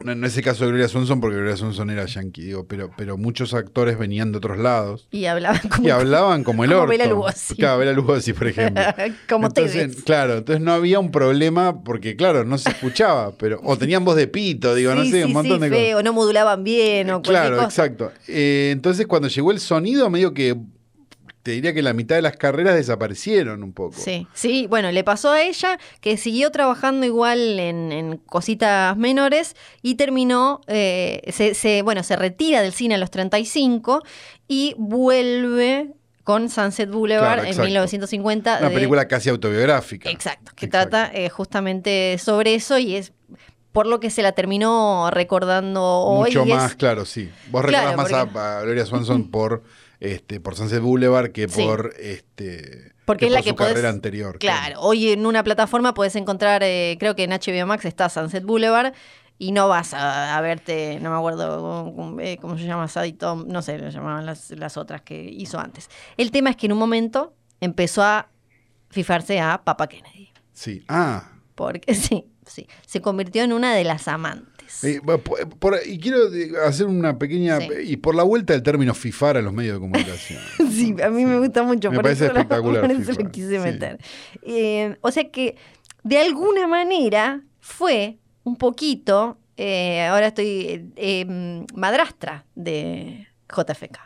No, no es el caso de Gloria Swanson, porque Gloria Swanson era yankee, digo, pero, pero muchos actores venían de otros lados Y hablaban como, y hablaban como el como orto. Bela Lugosi. Claro, Bela Lugosi, por ejemplo. como entonces, Tevez. Claro, entonces no había un problema porque, claro, no se escuchaba, pero o tenían voz de pito, digo, no Sí, sé, sí, un montón sí, de cosas. feo, no modulaban bien o cualquier Claro, cosa. exacto. Eh, entonces, cuando llegó el sonido, medio que te diría que la mitad de las carreras desaparecieron un poco. Sí, sí, bueno, le pasó a ella que siguió trabajando igual en, en cositas menores y terminó, eh, se, se- bueno, se retira del cine a los 35 y vuelve con Sunset Boulevard Claro, en exacto. 1950. Una de- película casi autobiográfica. Exacto, que Exacto. trata eh, justamente sobre eso y es por lo que se la terminó recordando hoy. Mucho y es- más, claro, sí. Vos Claro, recordás más porque- a, a Gloria Swanson por este por Sunset Boulevard que Sí. por este Porque es la por que su podés- carrera anterior. Claro, hoy en una plataforma puedes encontrar, eh, creo que en HBO Max está Sunset Boulevard y no vas a, a verte, no me acuerdo cómo, cómo- eh, cómo se llama, Sadie Tom, no sé, lo llamaban las, las otras que hizo antes. El tema es que en un momento empezó a fijarse a Papa Kennedy, Sí. Ah. porque sí, sí, se convirtió en una de las amantes. Eh, bueno, por- por- y quiero eh, hacer una pequeña. Sí. Y por la vuelta del término FIFAR a los medios de comunicación. Sí, a mí me gusta mucho. Me por parece eso lo- espectacular, por eso FIFA, lo quise sí. meter. Eh, o sea que, de alguna manera, fue un poquito, eh, ahora estoy eh, em, madrastra de JFK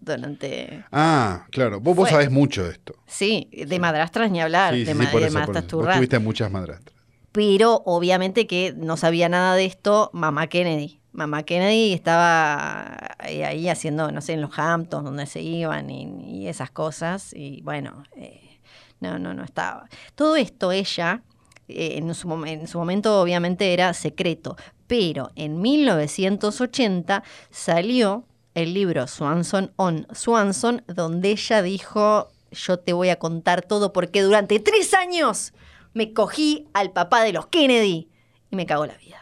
durante... Ah, claro. Vos, vos Fue. sabés mucho de esto. Sí, de madrastras ni hablar, Sí, sí, de, sí, ma- por de eso, por madrastras eso. Vos turras. tuviste muchas madrastras. Pero obviamente que no sabía nada de esto mamá Kennedy. Mamá Kennedy estaba ahí, ahí haciendo, no sé, en los Hamptons, donde se iban y, y esas cosas. Y bueno, eh, no, no, no estaba. Todo esto ella, eh, en, su, mom- en su momento obviamente era secreto, pero en 1980 salió el libro Swanson on Swanson, donde ella dijo, yo te voy a contar todo porque durante tres años me cogí al papá de los Kennedy y me cagó la vida.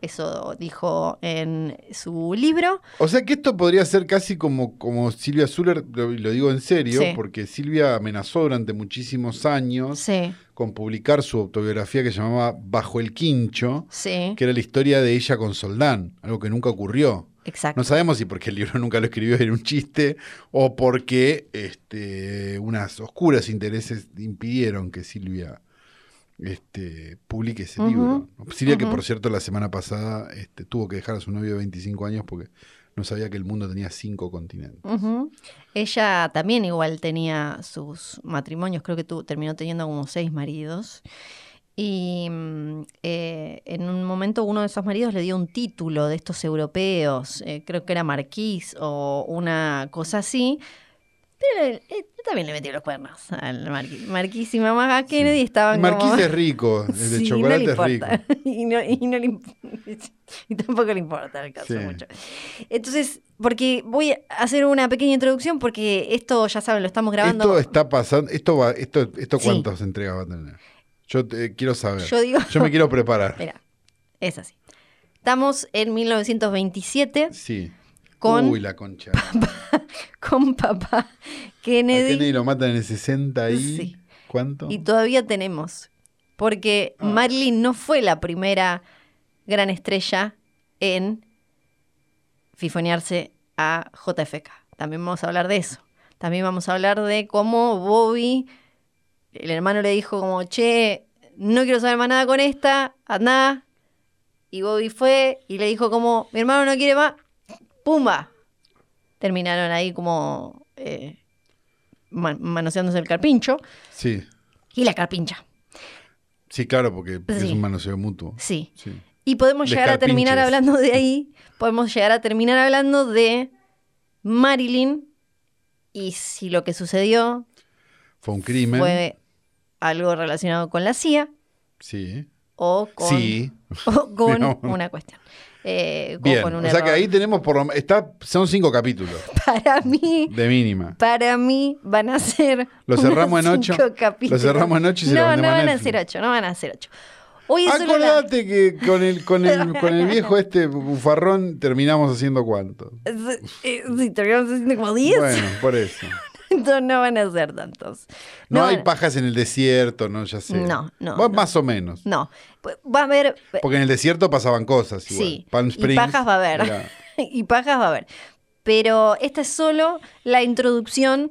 Eso dijo en su libro. O sea que esto podría ser casi como, como Silvia Zuller, lo, lo digo en serio, Sí. porque Silvia amenazó durante muchísimos años Sí, con publicar su autobiografía que llamaba Bajo el Quincho, sí, que era la historia de ella con Soldán, algo que nunca ocurrió. exacto. No sabemos si porque el libro nunca lo escribió era un chiste o porque este, unas oscuros intereses impidieron que Silvia este, publique ese Ujú, libro. Silvia que ujú. por cierto la semana pasada este, tuvo que dejar a su novio de 25 años porque no sabía que el mundo tenía cinco continentes. Ujú. Ella también igual tenía sus matrimonios, creo que tu- terminó teniendo como seis maridos. Y mm, eh, en un momento uno de esos maridos le dio un título de estos europeos, eh, creo que era marquís o una cosa así. Pero eh, también le metió los cuernos al marquís. Marquís y mamá Kennedy estaban Y Marquis como... es rico, el de Sí, chocolate no es le rico. importa. Y, no, y no le imp- y tampoco le importa el caso Sí. mucho. Entonces, porque voy a hacer una pequeña introducción porque esto, ya saben, lo estamos grabando. Esto está pasando, esto va, esto, esto Sí. cuántas entregas va a tener. Yo te- eh, quiero saber. Yo digo, Yo me quiero preparar. mira, es así. Estamos en 1927 Sí. Con- Uy, la concha. con papá A Kennedy, Kennedy lo matan en el 60 y... Sí. ¿Cuánto? y todavía tenemos. Porque Ah. Marilyn no fue la primera gran estrella en fifonearse a JFK. También vamos a hablar de eso. También vamos a hablar de cómo Bobby, el hermano le dijo como, che, no quiero saber más nada con esta, andá. Y Bobby fue y le dijo como, mi hermano no quiere más, ¡Pumba! Terminaron ahí como eh, ma- manoseándose el carpincho. Sí, Y la carpincha, sí, claro, porque es Sí. un manoseo mutuo. sí. Sí. Y podemos De llegar a terminar carpinches. hablando de ahí. Podemos llegar a terminar hablando de Marilyn. Y si lo que sucedió Fue un crimen. fue algo relacionado con la CIA Sí. o con, Sí. o con Digamos. una cuestión. Eh, o Bien. con un o sea que error. ahí tenemos por lo me- está Son cinco capítulos Para mí, de mínima. para mí van a ser. Lo unos cerramos en ocho. cinco capítulos. Lo cerramos en ocho y se lo No, vendemos no a van a Netflix. ser ocho, no van a ser ocho. Hoy es solo la- Acordate que con el, con, el, con el viejo este bufarrón terminamos haciendo cuántos. Eh, Si terminamos haciendo como diez, Bueno, por eso. entonces no van a ser tantos. No, hay van a- pajas en el desierto, no, ya sé. No, no, Va- no. Más o menos. No. Va a haber. Porque en el desierto pasaban cosas. Igual. Sí. Palm y Springs pajas va a haber. era- y pajas va a haber. Pero esta es solo la introducción.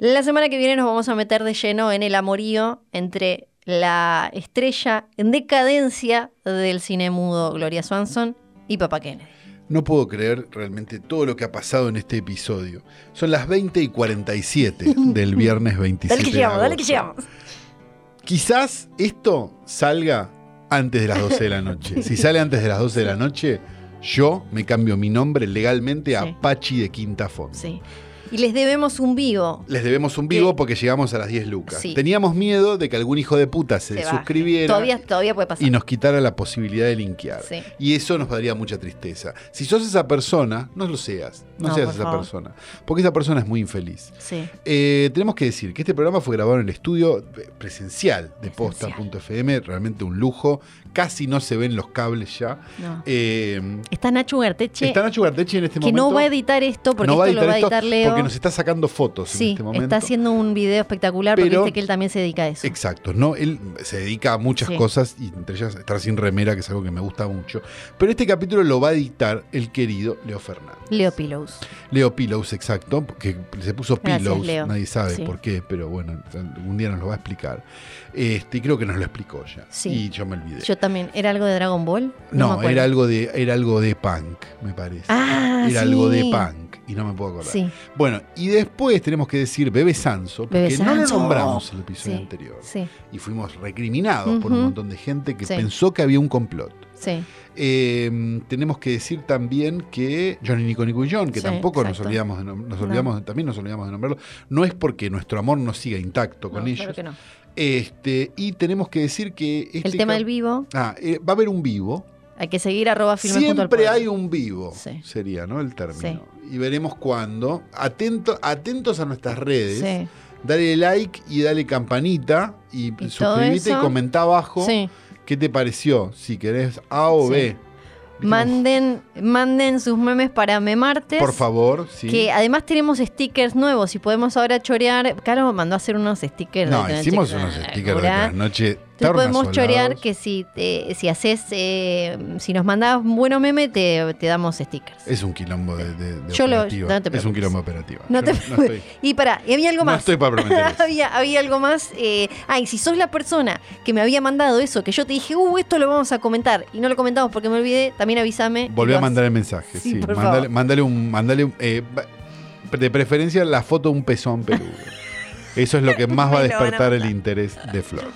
La semana que viene nos vamos a meter de lleno en el amorío entre la estrella en decadencia del cine mudo Gloria Swanson y Papá Kennedy. No puedo creer realmente todo lo que ha pasado en este episodio. Son las 20 y 47 del viernes 27. Dale que de llegamos, dale que agosto. llegamos. Quizás esto salga antes de las 12 de la noche. Si sale antes de las 12 de la noche, yo me cambio mi nombre legalmente a Sí. Pachi de Quinta Fondo. Sí. Y les debemos un vivo. Les debemos un vivo Sí. porque llegamos a las 10 lucas. Sí. Teníamos miedo de que algún hijo de puta se, Se baje. suscribiera Todavía, todavía puede pasar. y nos quitara la posibilidad de linkear. Sí. Y eso nos daría mucha tristeza. Si sos esa persona, no lo seas. No, No, seas por esa favor. persona. Porque esa persona es muy infeliz. Sí. Eh, tenemos que decir que este programa fue grabado en el estudio eh, presencial de Presencial. posta.fm, realmente un lujo. Casi no se ven los cables ya. No. Eh, Está Nacho Garteche, está Nacho Gardechi en este que momento. no va a editar esto porque no va a esto lo va a esto editar Leo. Porque nos está sacando fotos en Sí, este momento. está haciendo un video espectacular porque Pero- viste que él también se dedica a eso. Exacto, no, él se dedica a muchas Sí. cosas y entre ellas estar sin remera, que es algo que me gusta mucho. Pero este capítulo lo va a editar el querido Leo Fernández. Leo Pillows. Leo Pillows, exacto, que se puso Gracias, Pillows, Leo. nadie sabe Sí. por qué, pero bueno, algún día nos lo va a explicar. Este, y creo que nos lo explicó ya. Sí. Y yo me olvidé. Yo también. ¿Era algo de Dragon Ball? me no, acuerdo. era algo de, era algo de punk, me parece. Ah, era algo de sí. punk. Y no me puedo acordar. Sí, Bueno, y después tenemos que decir Bebe Sanso, porque Bebe no lo Sanso. nombramos en el episodio Sí. anterior. sí, Y fuimos recriminados por un Ujú. montón de gente que Sí. pensó que había un complot. sí. Eh, tenemos que decir también que Johnny Nico Nico y John, que Sí, tampoco nos exacto. olvidamos, de nom- nos olvidamos también nos olvidamos de nombrarlo, no es porque nuestro amor no siga intacto con No, ellos. claro que no. este Este, y tenemos que decir que este El tema cap- del vivo, Ah, eh, va a haber un vivo. hay que seguir arroba filme junto al Siempre pueblo. hay un vivo, Sí. sería, ¿no? El término. Y veremos cuándo. Atento, atentos a nuestras redes. Sí, Dale like y dale campanita. Y, todo suscribite y eso. comenta abajo sí. qué te pareció. Si querés A o Sí. B. Manden, manden sus memes para Memartes. Por favor, sí. Que además tenemos stickers nuevos y podemos ahora chorear. Caro mandó a hacer unos stickers. No, de Tren hicimos Chico. unos stickers de Ahora, trasnoche. Entonces podemos tornasolados. chorear que si, te- si haces, eh, si nos mandás un buen meme, te, te damos stickers. Es un quilombo de, de- de Yo lo- operativa. no te es un preocupes. quilombo operativo. No te estoy, Y para, y había algo no más. estoy para prometer eso. había, había algo más. Eh, ay, si sos la persona que me había mandado eso, que yo te dije, uh, esto lo vamos a comentar, y no lo comentamos porque me olvidé, también avísame. Volvé Y a lo mandar el mensaje. Sí, Sí, por Mandale, favor. mandale un. Mandale un, eh, ba- de preferencia la foto de un pezón peludo. Eso es lo que más va a Me lo van a despertar el mandar. interés de Flor.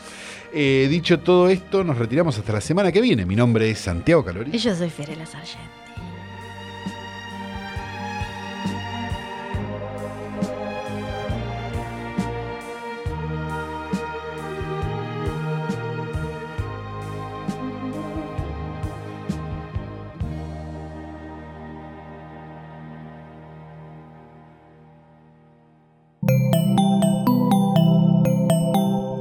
Eh, dicho todo esto, nos retiramos hasta la semana que viene. Mi nombre es Santiago Calori. haces. Yo soy Fiorella Sargent.